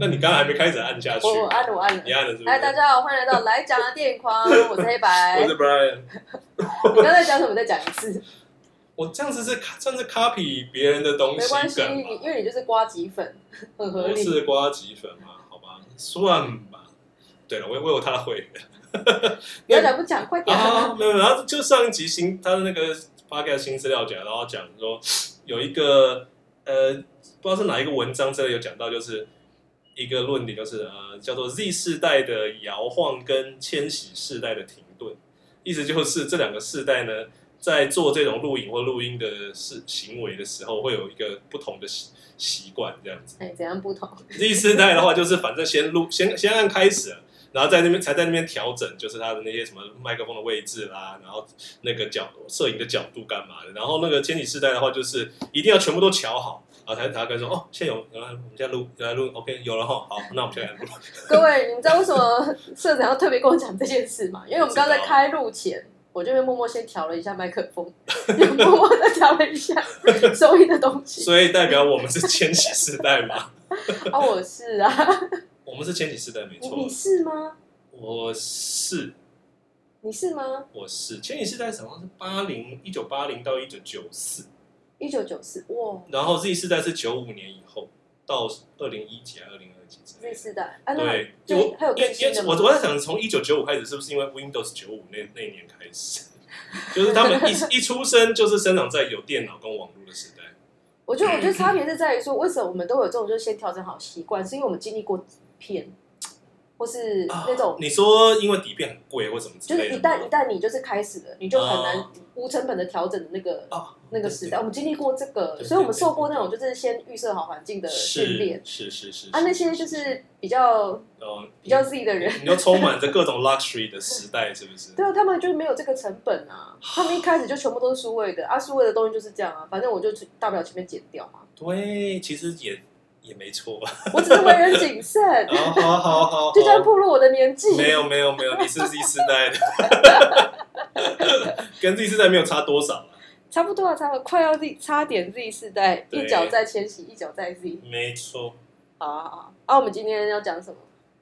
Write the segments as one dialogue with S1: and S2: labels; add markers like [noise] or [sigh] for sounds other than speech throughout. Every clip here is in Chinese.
S1: 那你刚才还没开始按下去
S2: 我，我按了，我按了。
S1: 你按了是不是？
S2: 嗨，哎大家好，欢迎来到来讲的电影狂，我是黑白
S1: 我。是 Brian，
S2: 你刚才讲什么？再讲一次，
S1: 我这样子是算是 copy 别人的东
S2: 没
S1: 西
S2: 关系，
S1: 梗
S2: 你
S1: 吗？
S2: 因为你就是瓜吉粉，很合
S1: 我
S2: 理。
S1: 是瓜吉粉嘛，好吧，算吧。对了，我我有他会员
S2: 不要讲不讲，
S1: [laughs]
S2: 快点！ [laughs]
S1: 啊，没有，然后就上一集新他的那个 podcast 新资料夹，然后讲说有一个呃，不知道是哪一个文章真的有讲到，就是一个论点，就是呃叫做 Z 世代的摇晃跟千禧世代的停顿，意思就是这两个世代呢，在做这种录影或录音的事行为的时候，会有一个不同的习习惯这样子。
S2: 哎，怎样不同？
S1: Z 世代的话，就是反正先录，先先按开始了，然后在那边才在那边调整，就是它的那些什么麦克风的位置啦，然后那个角摄影的角度干嘛的。然后那个千禧世代的话，就是一定要全部都调好，然后才才跟说哦，现在有，然后我们现在录，原来录，OK，有了哈，好，那我们现在来录。
S2: 各位，你知道为什么社长要特别跟我讲这件事吗？因为我们刚才开录前，我就会默默先调了一下麦克风，默默的调了一下收音的东西。
S1: 所以代表我们是千禧世代嘛，
S2: 啊，我是啊，
S1: 我们是千禧世代没
S2: 你
S1: 错
S2: 你。是吗？
S1: 我是
S2: 你是吗？
S1: 我是千禧世代，好像是八零一九八零到一九九四。
S2: 一九九四，哇，
S1: 然后 Z 世代是九五年以后到二零一几啊，二零二几之类
S2: 那
S1: 的。
S2: 世代啊，那
S1: 对，
S2: 就
S1: 我
S2: 还有
S1: 因
S2: 更
S1: 为因
S2: 新
S1: 为
S2: 的
S1: 我
S2: 吗？
S1: 我在想，从一九九五开始，是不是因为 Windows 九五那那一年开始， [laughs] 就是他们
S2: [laughs]
S1: 一一出生就是生长在有电脑跟网络的时代。
S2: 我觉得，我觉得差别是在于说，为什么我们都有这种就是先调整好习惯，是因为我们经历过几片，或是那种
S1: 啊、你说因为底片很贵或什么之
S2: 就是
S1: 类的
S2: 一
S1: 吗，
S2: 旦一旦你就是开始了，你就很难
S1: 啊
S2: 无成本的调整的那个、
S1: 啊
S2: 那个时代。我们经历过这个，
S1: 对
S2: 所以我们受过那种就是先预设好环境的训
S1: 是
S2: 练。
S1: 是是是
S2: 啊，那些就是比较
S1: 呃
S2: 比 [laughs] 较 Z 的人，
S1: 你就充满着各种 luxury 的时代，是不是？
S2: [laughs] 对啊，他们就是没有这个成本
S1: [sighs]
S2: 啊，他们一开始就全部都是数位的啊，数位的东西就是这样啊，反正我就大不了前面剪掉嘛，
S1: 对，其实也也没错
S2: [laughs]
S1: 吧。
S2: 我只是为人
S1: [laughs]
S2: 谨慎，
S1: 好好好好，
S2: 就这样暴露我的年纪。
S1: 哦 [laughs] 没有没有没有，你是 Z 世代的， [laughs] 跟 Z 世代没有差多少啊
S2: 差不多啊，差不多快要 Z 差点 Z 世代，
S1: 对
S2: 一脚在千禧，一脚在 Z。
S1: 没错，
S2: 好啊好啊，啊，我们今天要讲什么？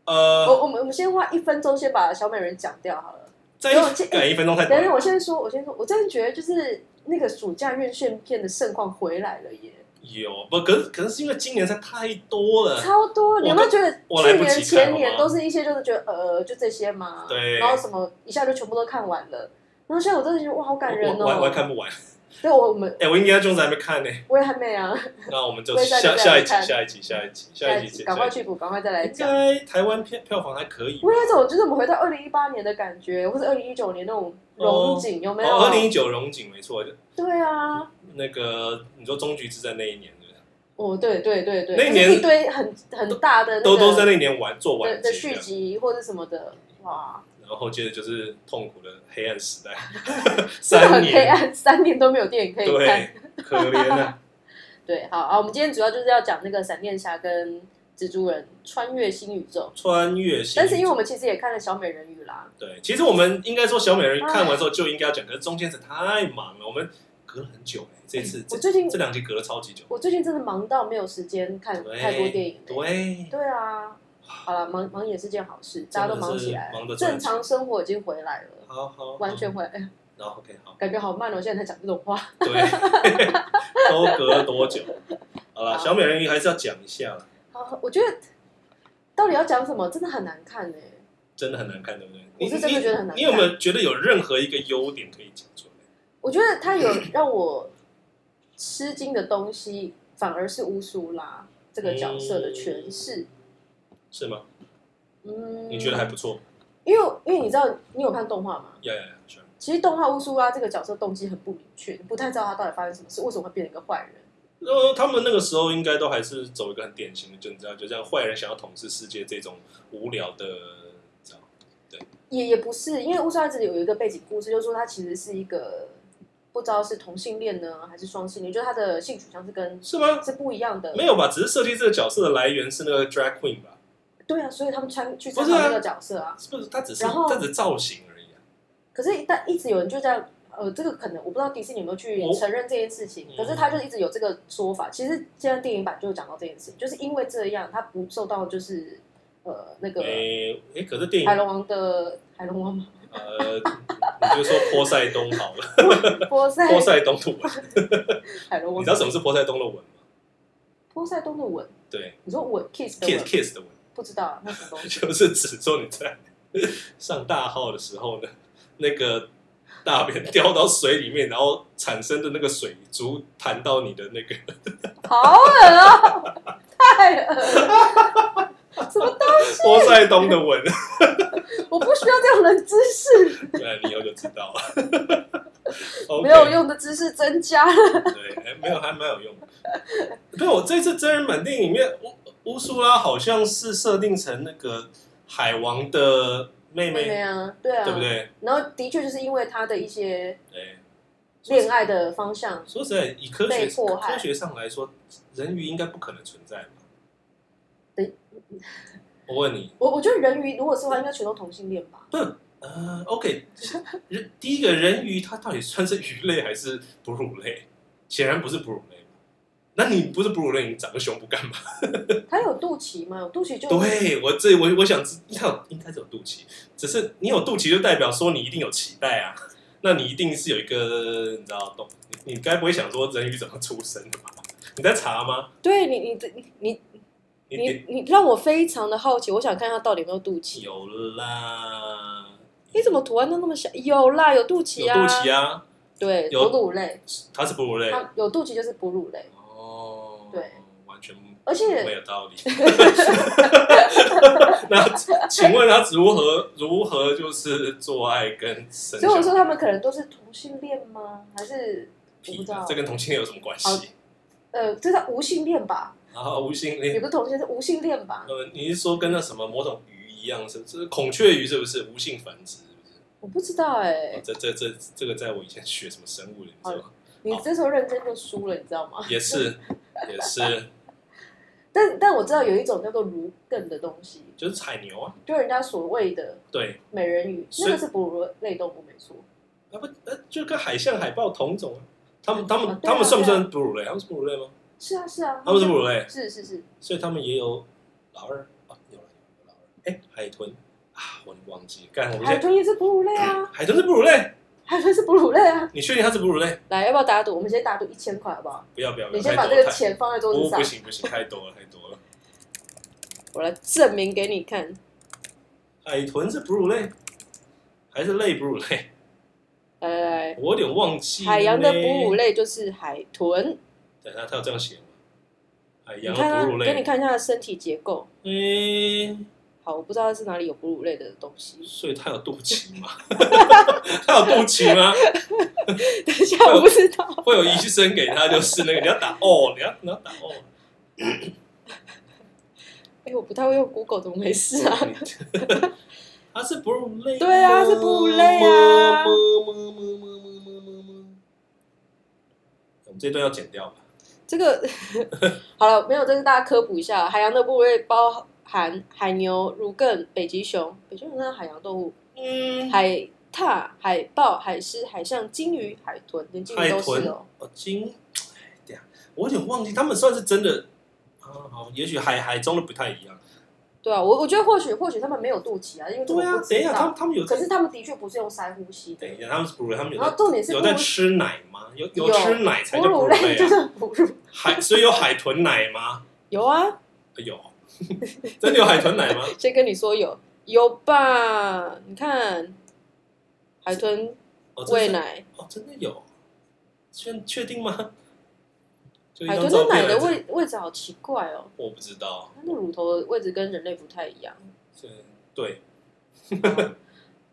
S1: 呃，
S2: 我我们我们先花一分钟，先把小美人讲掉好了。
S1: 再
S2: 没有这
S1: 改一分钟太
S2: 等
S1: 短
S2: 等，
S1: 了。
S2: 我先说，我先说，我真的觉得就是那个暑假院线片的盛况回来了耶，
S1: 有不？可是可能是因为今年才太多了，
S2: 超多！你有没有觉得
S1: 我来
S2: 去
S1: 不及
S2: 年、
S1: 看
S2: 前
S1: 好
S2: 年
S1: 吗
S2: 都是一些就是觉得呃就这些嘛，
S1: 对
S2: 然后什么一下就全部都看完了，然后现在我真的觉得哇好感人
S1: 我我我还
S2: 哦。
S1: 看不完。
S2: 对，我我们
S1: 哎，我应该就是还没看 [laughs] 呢，
S2: 我也还没啊，
S1: 那我们就
S2: 我也在
S1: 下
S2: 等
S1: 下一集
S2: 待看
S1: 下一集下一集下
S2: 下
S1: 一
S2: 一
S1: 集
S2: 集
S1: 见
S2: 赶
S1: 下
S2: 快
S1: 一集
S2: 去补，赶快再来
S1: 应
S2: 讲。
S1: 该台湾票票房还可以吧。
S2: 我有一种就是我们回到二零一八年的感觉，或者二零一九年那种荣景，有没有？
S1: 哦二零一九荣景没错，就
S2: 对啊，
S1: 那个你说终局之战那一年，对不对
S2: 哦，对对对对，
S1: 那
S2: 就是
S1: 年
S2: 一堆很很大的那个
S1: 都都是在那一年完做完
S2: 的的
S1: 结这
S2: 续
S1: 样
S2: 集或者什么的，哇，
S1: 然后接着就是痛苦的黑暗
S2: [laughs]
S1: 时代，
S2: 真的
S1: 三
S2: 很黑
S1: 年，
S2: 暗， [laughs] 三年都没有电影可以看
S1: 对。，可怜啊，
S2: 对，好啊，我们今天主要就是要讲那个闪电侠跟蜘蛛人穿越新宇宙，
S1: 穿
S2: [laughs]
S1: 越新。
S2: 但是因为我们其实也看了小美人鱼啦，
S1: 对，其实我们应该说小美人鱼
S2: 啊
S1: 看完之后就应该要讲，可是中间是太忙了，我们隔了很久哎、这次
S2: 我
S1: 这
S2: 最近
S1: 这两集隔了超级久。
S2: 我最近真的忙到没有时间看
S1: 对
S2: 太多电影了。
S1: 对，
S2: 对啊，好了，忙忙也是件好事，大家都忙起来
S1: 忙得
S2: 了，
S1: 赚
S2: 正常生活已经回来了，
S1: 好好，
S2: 完全回来。哎呀
S1: 然后 OK 好，
S2: 感觉好慢哦，现在才讲这种话。 [laughs]
S1: 对， [laughs] 都隔了多久？好了，
S2: 好
S1: 小美人鱼还是要讲一下啦，
S2: 好，我觉得到底要讲什么，真的很难看哎。
S1: 真的很难看，对不对？你
S2: 我是真的觉得很难看
S1: 你你有没有觉得有任何一个优点可以讲出来？
S2: 我觉得他有让我吃惊的东西，反而是乌苏拉这个角色的诠释。
S1: 是吗？
S2: 嗯，
S1: 你觉得还？不错？
S2: 因为因为你知道，你有看动画吗？
S1: 呀呀呀，是。
S2: 其实动画乌苏拉这个角色动机很不明确，你不太知道他到底发生什么事，为什么会变成一个坏人。
S1: 呃，他们那个时候应该都还是走一个很典型的，就你知道，就像坏人想要统治世界这种无聊的，你知道
S2: 也也不是，因为乌苏拉这里有一个背景故事，就是说他其实是一个不知道是同性恋呢还是双性恋，就是他的性取向是跟
S1: 是吗？
S2: 是不一样的。
S1: 没有吧？只是设计这个角色的来源是那个 drag queen 吧？
S2: 对啊，所以他们参去参
S1: 不是
S2: 考
S1: 啊
S2: 那个角色啊。
S1: 是不是？他只是
S2: 然后
S1: 他只是造型而已啊。
S2: 可是，但一直有人就这样，呃，这个可能我不知道迪士尼有没有去
S1: 我
S2: 承认这件事情
S1: 嗯，
S2: 可是他就一直有这个说法。其实现在电影版就有讲到这件事情，就是因为这样，他不受到就是呃那个
S1: 诶诶，可是电影
S2: 海龙王的海龙王吗？
S1: 呃，你就说波塞冬好了，
S2: 波塞
S1: 波塞冬的吻，
S2: [laughs] 海龙
S1: 你
S2: 王，
S1: 知道什么是波塞冬的吻吗？
S2: 波塞冬的吻？
S1: 对
S2: 你说吻 kiss 的吻
S1: ，kiss kiss 的吻，
S2: 不知道啊那什么东西？
S1: [laughs] 就是指说你在 [laughs] 上大号的时候呢，那个大
S2: [laughs]
S1: 便掉到水里面，然后产生的那个水珠弹到你的那个， [laughs]
S2: 好恶啊！太恶了！什么东西？
S1: 波塞冬的吻， [laughs]
S2: 我不需要这种冷知识，
S1: 对，你以后就知道了。OK
S2: [laughs] 没有用的知识增加了。
S1: 对，哎没有还蛮有用的。对，我这次真人版电影里面，乌乌苏拉好像是设定成那个海王的妹妹，
S2: [laughs] 对啊，对啊，
S1: 对不？对？
S2: 然后的确就是因为他的一些
S1: 对。
S2: 恋爱的方向，
S1: 说实在，以科学
S2: 被迫害
S1: 科学上来说，人鱼应该不可能存在吧？
S2: 对
S1: 我问你，
S2: 我我觉得人鱼如果是的话，应该全都同性恋吧？
S1: 呃，OK，人第一个人鱼它到底算是鱼类还是哺乳类？显然不是哺乳类嘛。那你不是哺乳类，你长个胸部干嘛？
S2: 他有肚脐吗？有肚脐就
S1: 对我这我我想知，应该有应该是有肚脐，只是你有肚脐就代表说你一定有脐带啊，那你一定是有一个你知道懂？你你该不会想说人鱼怎么出生的吧？你在查吗？
S2: 对你你你
S1: 你
S2: 你
S1: 点
S2: 你你让我非常的好奇，我想看他到底有没有肚脐。
S1: 有啦，
S2: 你怎么图案都那么小？有啦，有肚
S1: 有
S2: 脐啊，
S1: 肚脐啊，
S2: 对，
S1: 有
S2: 哺乳类，
S1: 它是哺乳类
S2: 它有肚脐就是哺乳类。
S1: 哦，
S2: 对，
S1: 完全
S2: 而且
S1: 没有道
S2: [laughs]
S1: 理。 [laughs] 那请问他如何如何就是做爱跟生
S2: 所以我说
S1: 小
S2: 他们可能都是同性恋吗？还是我不
S1: 屁
S2: 知道
S1: 啊？这跟同性恋有什么关
S2: 好
S1: 系？
S2: 呃，这叫无性恋吧？
S1: 啊，无性恋
S2: 也不是同性恋，是无性恋吧？
S1: 呃，你是说跟那什么某种鱼一样，是是孔雀鱼是不是无性繁殖？是不是？
S2: 我不知道哎、
S1: 哦这这这这个在我以前学什么生物的，你知道吗？
S2: 你这时候认真就输了，你知道吗？
S1: 也是也是，
S2: 但但我知道有一种叫做儒艮的东西，
S1: 就是彩牛啊，
S2: 就人家所谓的
S1: 对，
S2: 美人鱼，
S1: 是
S2: 那个是哺乳类动物没错。
S1: 啊那不那就跟海象、海豹同种啊。他们他们、
S2: 啊对啊
S1: 他们算不
S2: 对啊
S1: 算哺乳类？他们是哺乳类吗？
S2: 是啊是啊，
S1: 他们是哺乳类，
S2: 是是是，
S1: 所以他们也有老二啊，有了有老二。哎，海豚啊，我忘记了，干我们
S2: 海
S1: 现在
S2: 豚也是哺乳类啊，
S1: 海豚是哺乳类，
S2: 海豚是哺乳类啊。
S1: 你确定它是哺乳类？
S2: 来，要不要打赌？我们先打赌一千块好不好？
S1: 不要不要不要，
S2: 你先
S1: 太
S2: 把
S1: 多
S2: 这个
S1: 了，太
S2: 钱放在桌
S1: 不
S2: 子上
S1: 不，行不行，太多了太多了。
S2: 我来证明给你看。
S1: 海豚是哺乳类还是类哺乳类？
S2: 来来来，
S1: 我有点忘记
S2: 海洋的哺乳
S1: 嘞。
S2: 类就是海豚，
S1: 等一下，他有这样写吗？海
S2: 你
S1: 洋
S2: 看啊
S1: 的哺乳
S2: 它，给你
S1: 类。
S2: 看一下它的身体结构。
S1: 诶、
S2: 好，我不知道它是哪里有哺乳类的东西。 [laughs]
S1: 所以他有肚脐吗？ [laughs] 他有肚脐吗？
S2: 等一
S1: 呃
S2: 下，我不知道。 [laughs]
S1: 会有医生给他就是那个，你要打哦，你要你要打哦。
S2: 哎、我不太会用 Google，怎么没事啊？
S1: 嗯他是哺乳类吗。
S2: 对啊是哺乳类啊
S1: 么么么么么么么么我们这段要剪掉吧？[laughs]
S2: 这个好了，没有，这是大家科普一下，海洋的部位包含海牛、乳艮、北极熊，北极熊是海洋动物，
S1: 嗯，
S2: 海獭、海豹、海狮、海象、鲸鱼、海豚，连鲸鱼都
S1: 海
S2: 是
S1: 豚
S2: 哦。
S1: 哦，鲸，哎，对啊，我有点忘记，他们算是真的啊，好，也许海海中的不太一样。
S2: 对啊，我我觉得或许或许他们没有肚脐啊，因为这个
S1: 对啊
S2: 我，不
S1: 等一
S2: 知
S1: 下，他
S2: 道。
S1: 们他们有
S2: 可是
S1: 在，
S2: 他们的确不是用鳃呼吸的
S1: 等，一下，他们是哺乳类，他们有
S2: 然后
S1: 在
S2: 重点是
S1: 有
S2: 哺乳
S1: 在吃奶吗？有
S2: 有
S1: 吃奶才
S2: 哺
S1: 叫哺
S2: 乳
S1: 乳
S2: 类
S1: 类
S2: 就
S1: 啊，
S2: 是哺乳，
S1: 海所以有海豚奶吗？
S2: 有啊，
S1: 哎有，真的有海豚奶吗？
S2: 先跟你说有有吧，你看海豚
S1: 哦，真
S2: 喂
S1: 的
S2: 奶，
S1: 哦，真的有，确确定吗？就一
S2: 海
S1: 张
S2: 豚
S1: 照
S2: 的
S1: 片
S2: 奶的
S1: 来着
S2: 位位置好奇怪哦，
S1: 我不知道，
S2: 它的乳头的位置跟人类不太一
S1: [laughs]
S2: 样。
S1: 是对，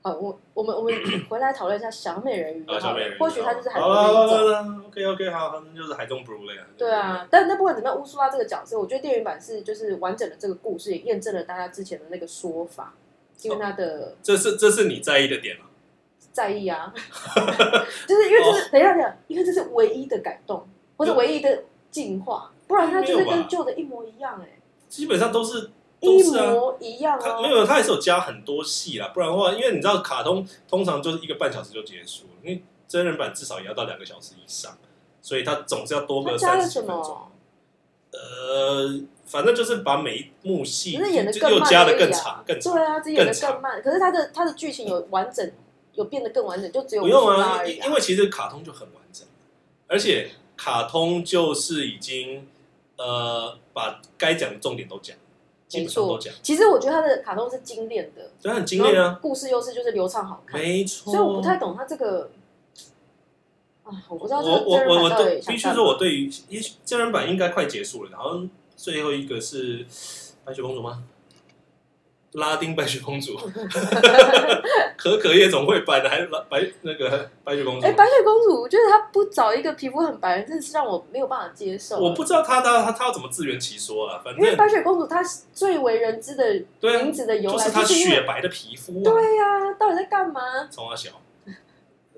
S2: 好，我我们我们回来讨论一下小美人鱼
S1: 啊，
S2: 好
S1: 小
S2: 了
S1: 美人鱼，
S2: 或许它就是海
S1: 好
S2: 豚的一种。
S1: OK OK，好，反正就是海中哺乳类啊。
S2: 对啊，但那不管怎么样，乌苏拉这个角色，我觉得电影版是就是完整的这个故事，也验证了大家之前的那个说法，因为它的
S1: 这是这是你在意的点吗？
S2: 在意啊，就是因为这
S1: 哦
S2: 是、等一下等一下，因为这是唯一的改动，或者唯一的进化，不然它就是
S1: 没有吧
S2: 跟旧的一模一样哎、
S1: 基本上都是都
S2: 一
S1: 是啊，
S2: 模一样
S1: 他没
S2: 哦。
S1: 有，他还是有加很多戏啦，不然的话，因为你知道，卡通通常就是一个半小时就结束了，因为真人版至少也要到两个小时以上，所以它总是要多
S2: 他
S1: 个
S2: 加
S1: 三
S2: 了
S1: 十几
S2: 什
S1: 分钟。
S2: 么？
S1: 呃，反正就是把每一幕戏
S2: 可是演得
S1: 就
S2: 更
S1: 又
S2: 慢
S1: 加
S2: 而
S1: 的
S2: 已
S1: 更
S2: 啊
S1: 长更长。
S2: 对啊，自己演的
S1: 更长
S2: 更慢，可是他的他的剧情有完整，有变得更完整，就只有
S1: 不用
S2: 50
S1: 啊，
S2: 而已
S1: 因因为其实卡通就很完整，而且卡通就是已经呃把该讲的重点都讲，基本上都讲，
S2: 其实我觉得他的卡通是精炼的，
S1: 所以很精炼
S2: 然
S1: 啊
S2: 后，故事又是就是流畅好看，
S1: 没错。
S2: 所以我不太懂他这个。啊，我不知道这
S1: 我
S2: 个
S1: 我
S2: 真人
S1: 我
S2: 版
S1: 我
S2: 到
S1: 对
S2: 底想
S1: 必须
S2: 干
S1: 说，
S2: 嘛
S1: 我对于因为真人版应该快结束了，然后最后一个是白雪公主吗？拉丁白雪公主， [laughs] 可可夜总会版的还是拉白那个白雪公主
S2: 哎、？白雪公主，我觉得她不找一个皮肤很白的人，真的是让我没有办法接受。欸
S1: 我不，知道他他他他要怎么自圆其说了，反
S2: 因为
S1: 正
S2: 白雪公主她最为人知的
S1: 对啊
S2: 名，字的由
S1: 就
S2: 来，
S1: 是他
S2: 因
S1: 雪
S2: 为
S1: 白的皮肤、啊，
S2: 对呀、到底在干嘛？
S1: 从小。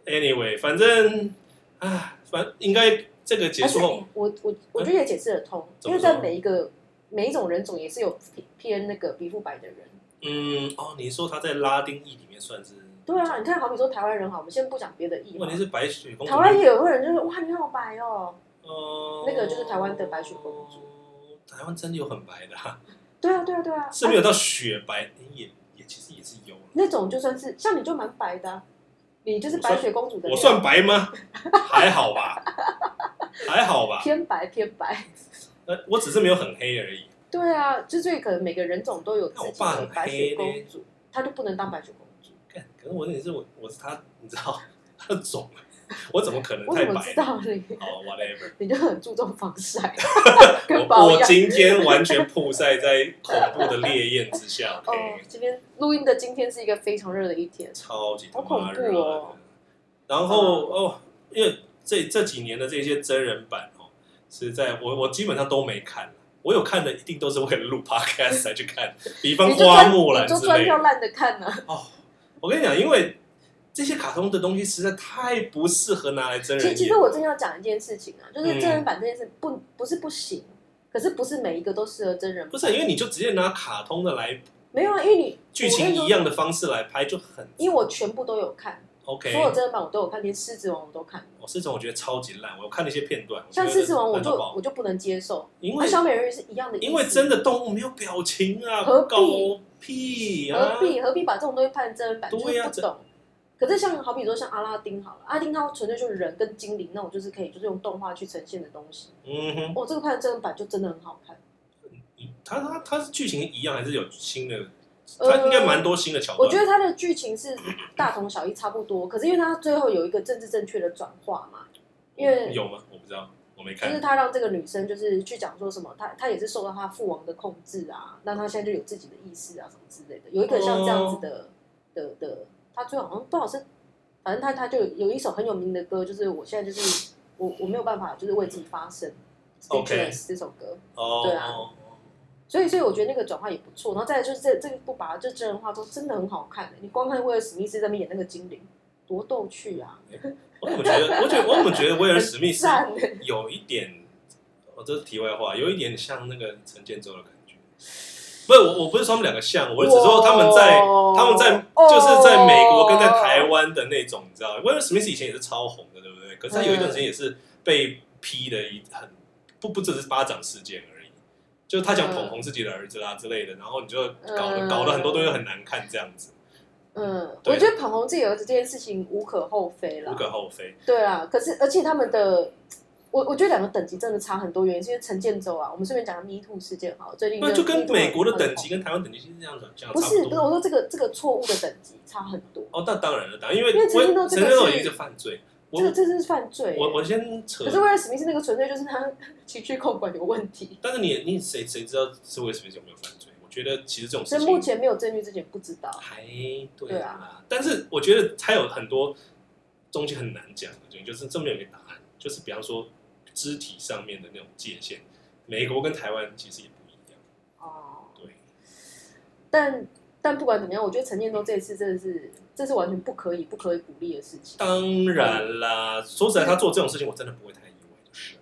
S1: Anyway，反正啊，反应该这个结
S2: 而且
S1: 束
S2: 哎
S1: 后，嗯
S2: 我我我觉得也解释得通，
S1: 怎
S2: 因
S1: 么
S2: 为在
S1: 说
S2: 每一个每一种人种也是有偏偏那个皮肤白的人。
S1: 嗯，哦，你说他在拉丁裔里面算是？
S2: 对啊，你看，好比说台湾人好，我们先不讲别的意嘛
S1: 问题。是白雪公主，
S2: 台湾也有个人就是哇，你好白哦。
S1: 呃，
S2: 那个就是台湾的白雪公主。
S1: 台湾真的有很白的、啊，
S2: 对啊，对啊，对啊。
S1: 是没有到雪白，也也其实也是有了。
S2: 那种就算是像你就蛮白的啊、你就是
S1: 我
S2: 白
S1: 算
S2: 雪公主的料，
S1: 我算白吗？ [laughs] 还好吧，还好
S2: [laughs]
S1: 吧。
S2: 偏白偏白。
S1: 呃，我只是没有很黑而已。
S2: 对啊，就所以可能每个人种都有自己
S1: 那我爸
S2: 的
S1: 很
S2: 白雪
S1: 黑
S2: 公
S1: 嘞
S2: 主，她就不能当白雪公主。
S1: 干可是我也是我，我是他，你知道， [laughs] 他肿，我怎么可能
S2: 我
S1: 太
S2: 怎么
S1: 白
S2: 知
S1: 呢？
S2: 道你？
S1: 哦，whatever。
S2: 你就很注重防
S1: [laughs]
S2: 晒
S1: 我
S2: 跟保
S1: 我
S2: 养。
S1: 今天完全曝晒在恐怖的烈焰之下
S2: 哦
S1: ，OK，，
S2: 今天录音的今天是一个非常热的一天，
S1: 超级他
S2: 好恐
S1: 妈
S2: 怖
S1: 热的。
S2: 哦嗯
S1: 然后哦，因为这这几年的这些真人版哦，是在我我基本上都没看，我有看的一定都是为了
S2: [laughs]
S1: 录 podcast 才去看，比方
S2: 你就
S1: 花
S2: 专
S1: 木兰
S2: 你就
S1: 之
S2: 专
S1: 类
S2: 挑
S1: 的。
S2: 烂的看啊呢、
S1: 哦，我跟你讲，因为这些卡通的东西实在太不适合拿来真人
S2: 其实，
S1: 演。
S2: 其实我真要讲一件事情啊，就是
S1: 嗯
S2: 真人版这件事不不是不行，可是不是每一个都适合真人版。
S1: 不是因为你就直接拿卡通的来
S2: 没有啊，因为你
S1: 剧情一，样的方式来拍就很
S2: 我跟你说因为我全部都有看，
S1: OK。
S2: 所有真人版我都有看，连《狮子王》我都看。
S1: 我狮子王我觉得超级烂，我有看了一些片段，我觉
S2: 像
S1: 得
S2: 《狮子王》，我
S1: 烂
S2: 就
S1: 到爆
S2: 我就不能接受，
S1: 因
S2: 那
S1: 为
S2: 小美人鱼是一样的意思，
S1: 因为真的动物没有表情啊，
S2: 何必
S1: 狗屁啊，
S2: 何必何必把这种东西拍成真人版？
S1: 对
S2: 就是
S1: 呀
S2: 不懂。可是像好比说像阿拉丁好了，阿拉丁它纯粹就是人跟精灵那种，就是可以就是用动画去呈现的东西。
S1: 嗯哼，
S2: 哦，这个拍成真人版就真的很好看。
S1: 它它它是剧情一样还是有新的？
S2: 呃
S1: 它应该蛮多新的桥段。
S2: 我觉得它的剧情是大同小异，差不多。可是因为它最后有一个政治正确的转化嘛，因为
S1: 有吗？我不知道，我没
S2: 就是
S1: 看。
S2: 他让这个女生就是去讲说什么，她她也是受到她父王的控制啊，那她现在就有自己的意识啊什么之类的，有一个像这样子
S1: 哦
S2: 的、的的，她最后好像不好是，反正她她就有一首很有名的歌，就是我现在就是我我没有办法就是为自己发声 s p e e
S1: OK
S2: c h l e s s 这首歌，
S1: 哦，
S2: 对啊所以所以我觉得那个转化也不错，然后再来就是这这一部把它就真人化之后真的很好看、欸你光看威尔史密斯在那边演那个精灵多逗趣啊，
S1: 我怎么觉得？我觉得我怎么觉得威尔史密斯
S2: 赞欸
S1: 有一点，哦，这是题外话，有一点像那个陈建州的感觉。不是我，我不是说他们两个像，我是只说他们在
S2: 哇
S1: 他们在就是在美国跟在台湾的那种，你知道，威尔史密斯以前也是超红的，对不对？可是他有一段时间也是被批的一很不不只是巴掌事件而已，就是他讲捧红自己的儿子啦之类的，然后你就搞了
S2: 嗯
S1: 搞了很多东西很难看这样子，
S2: 嗯，
S1: 对
S2: 我觉得捧红自己儿子这件事情无可厚非啦
S1: 无。可厚非。
S2: 对啊，可是而且他们的，我我觉得两个等级真的差很多，原因是因为陈建州啊，我们顺便讲 Me Too 事件好了，最近
S1: 那
S2: 个
S1: 就跟
S2: Me Too
S1: 美国的
S2: 很
S1: 等
S2: 红
S1: 级跟台湾等级是这样子，这样
S2: 啊不
S1: 差
S2: 是不是，
S1: 多。
S2: 我说这个这个错误的等级差很多，
S1: 哦，那当然了，当然，因为
S2: 因为陈建州
S1: 我
S2: 这
S1: 陈
S2: 个
S1: 建州
S2: 是
S1: 已经是犯罪，我
S2: 这个这是犯罪欸。
S1: 我我先扯
S2: 可。是威尔史密斯那个纯粹就是他情绪控管有问题，
S1: 但是你你谁谁知道是威尔史密斯有没有犯罪？我觉得其实这种
S2: 所
S1: 事
S2: 以
S1: 情
S2: 目前没有证据之前不知道。
S1: 还对
S2: 对啊
S1: 啦，啊但是我觉得还有很多东西很难讲的，就就是这么有一个答案，就是比方说肢体上面的那种界限，美国跟台湾其实也不一样，
S2: 哦，
S1: 对，
S2: 但但不管怎么样，我觉得陈建州这一次真的是，这是完全不可以不可以鼓励的事情，
S1: 当然啦，说实在，他做这种事情我真的不会太意外，就是了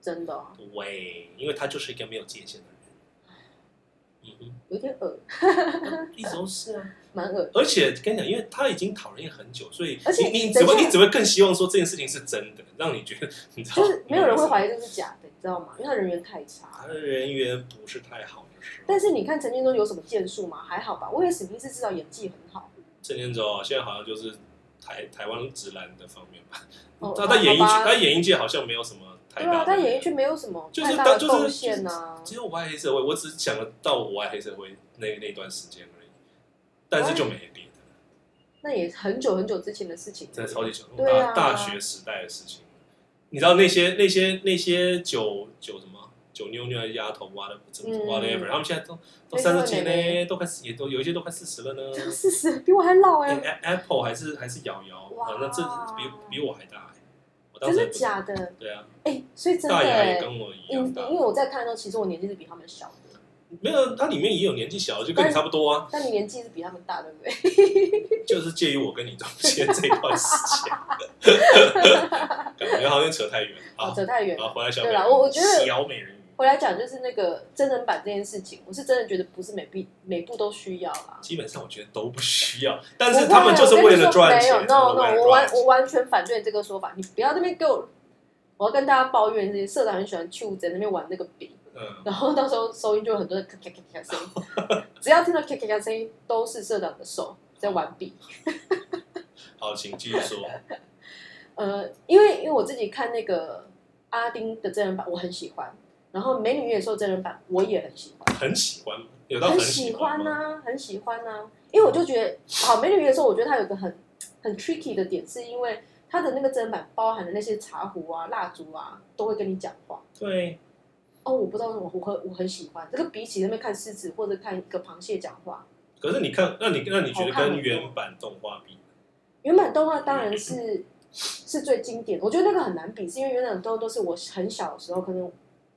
S2: 真的哦、
S1: 对，因为他就是一个没有界限的人，嗯哼，
S2: 有点恶，
S1: 一直都是啊。
S2: 蛮恶。
S1: 而且跟你讲，因为他已经讨论很久，所以
S2: 而且
S1: 你你只
S2: 等一下
S1: 会你只会更希望说这件事情是真的，让你觉得你知道，
S2: 就是没有人会
S1: 疑
S2: 怀疑这是假的，你知道吗？因为他人缘太差
S1: 他。的人缘不是太好，就是。
S2: 但是你看陈建州有什么建树吗？还好吧。我以为史密斯至少演技很好。
S1: 郑建州啊，现在好像就是台台湾直男的方面吧。
S2: 哦
S1: 他在演艺圈，
S2: 好吧
S1: 他演艺界好像没有什么太
S2: 对
S1: 大
S2: 啊，
S1: 的。
S2: 但演艺圈没有什么
S1: 就是
S2: 太大
S1: 就
S2: 的
S1: 是
S2: 贡献啊呐。
S1: 只有我爱黑社会，我只想得到我爱黑社会那那段时间而已，但是就没别的，
S2: 那也很久很久之前的事情了。
S1: 真的超级久，大、
S2: 对啊
S1: 大学时代的事情。你知道那些那些那些酒酒什么酒妞妞的丫头挖的不怎么
S2: 嗯
S1: whatever，他们现在都都
S2: 黑社
S1: 三
S2: 会
S1: 十几
S2: 妹妹
S1: 呢，都快四也都有一些都快四十了呢。
S2: 四十比我还老哎、
S1: 欸、A- Apple 还是还是瑶瑶，
S2: 哇
S1: 啊，那这比比我还大、欸，我当时
S2: 真的
S1: 也不
S2: 假的？
S1: 对啊，
S2: 哎、所以真的
S1: 大牙
S2: 哎、
S1: 也跟我一
S2: 因
S1: 样大
S2: 因，为我在看的时候，其实我年纪是比他们小的，
S1: 没有，它里面也有年纪小的，就跟你差不多
S2: [laughs]
S1: 啊，
S2: 但你年纪是比他们大，对不对？
S1: 就是介于我跟你中间这段时
S2: [laughs]
S1: 间，感觉好像扯太远了。好，
S2: 扯太远
S1: 好，
S2: 了。
S1: 回来小美
S2: 哦对
S1: 人
S2: 啦
S1: 鱼，
S2: 我我觉得
S1: 小美人鱼
S2: 回来讲就是那个真人版这件事情，我是真的觉得不是每必每部都需要啦。
S1: 基本上我觉得都不需要，但是
S2: 啊
S1: 他们就是为了赚钱，
S2: 没有，no
S1: 他们
S2: no，
S1: 为了
S2: 我完
S1: 赚钱
S2: 我完全反对这个说法，你不要那边给我，我要跟大家抱怨这些社长很喜欢去在那边玩那个笔，
S1: 嗯，
S2: 然后到时候收音就有很多的咔咔咔咔声音， [laughs] 只要听到咔咔咔声音，都是社长的手在玩笔。
S1: 好，请继续说。
S2: 呃，因为因为我自己看那个阿丁的真人版，我很喜欢，然后《美女与野兽》真人版我也很喜欢，
S1: 很喜欢，有到
S2: 很
S1: 喜
S2: 喜欢啊
S1: 吗？
S2: 呐、很喜欢呐、因为我就觉得，好，《美女与野兽》我觉得它有一个很很 tricky 的点，是因为它的那个真人版包含的那些茶壶啊、蜡烛啊，都会跟你讲话。
S1: 对，
S2: 哦，我不知道为什么，我很我很喜欢这个，比起那边看狮子或者看一个螃蟹讲话，
S1: 可是你看，那你那你觉得
S2: 好看
S1: 跟
S2: 很多
S1: 原版动画比，
S2: 原版动画当然是是最经典，我觉得那个很难比，是因为原版动画都是我很小的时候，可能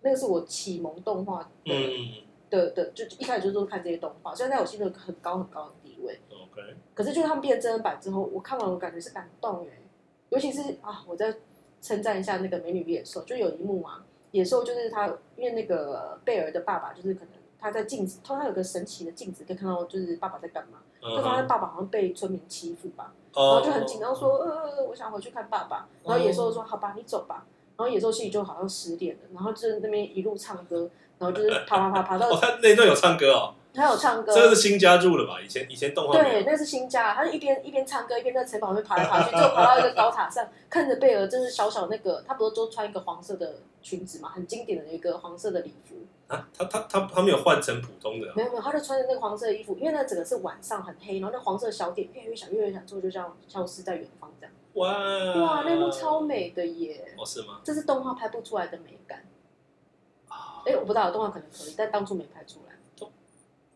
S2: 那个是我启蒙动画的、
S1: 嗯
S2: 的的，就就一开始就是看这些动画，虽然在我心中有很高很高的地位，
S1: 嗯，OK，
S2: 可是就是他们变成真人版之后，我看完我感觉是感动哎、尤其是啊，我再称赞一下那个美女与野兽，就有一幕啊，野兽就是他，因为那个贝尔的爸爸就是可能他在镜子，他有个神奇的镜子可以看到就是爸爸在干嘛，就发现
S1: 嗯，哦
S2: 爸爸好像被村民欺负吧。
S1: 然
S2: 啊然后就很紧张说，呃，我想回去看爸爸。然后野兽说，好吧，你走吧。然后野兽心里就好像失恋了，然后就是那边一路唱歌，然后就是爬爬爬爬
S1: 哦，
S2: 到，
S1: 他那一段有唱歌哦，
S2: 他有唱
S1: [laughs]
S2: 歌
S1: 这，个是新加入的吧？以前以前动画没
S2: 对，
S1: 有，
S2: 那是新家，他就一边一边唱歌一边在城堡那边爬来爬去，就爬到一个高塔上，看着贝尔就是小小那个，他不是都穿一个黄色的裙子嘛，很经典的一个黄色的礼服，
S1: 啊，他他他他没有换成普通的啊，
S2: 没有没有，他就穿着那个黄色的衣服，因为那整个是晚上很黑，然后那黄色的小点越来越小越来越小，之后就这样消失在远方这样，
S1: 哇
S2: 哇，那幕超美的耶。
S1: 哦是吗？
S2: 这是动画拍不出来的美感。
S1: 啊，
S2: 哎，我不知道动画可能可以，但当初没拍出来。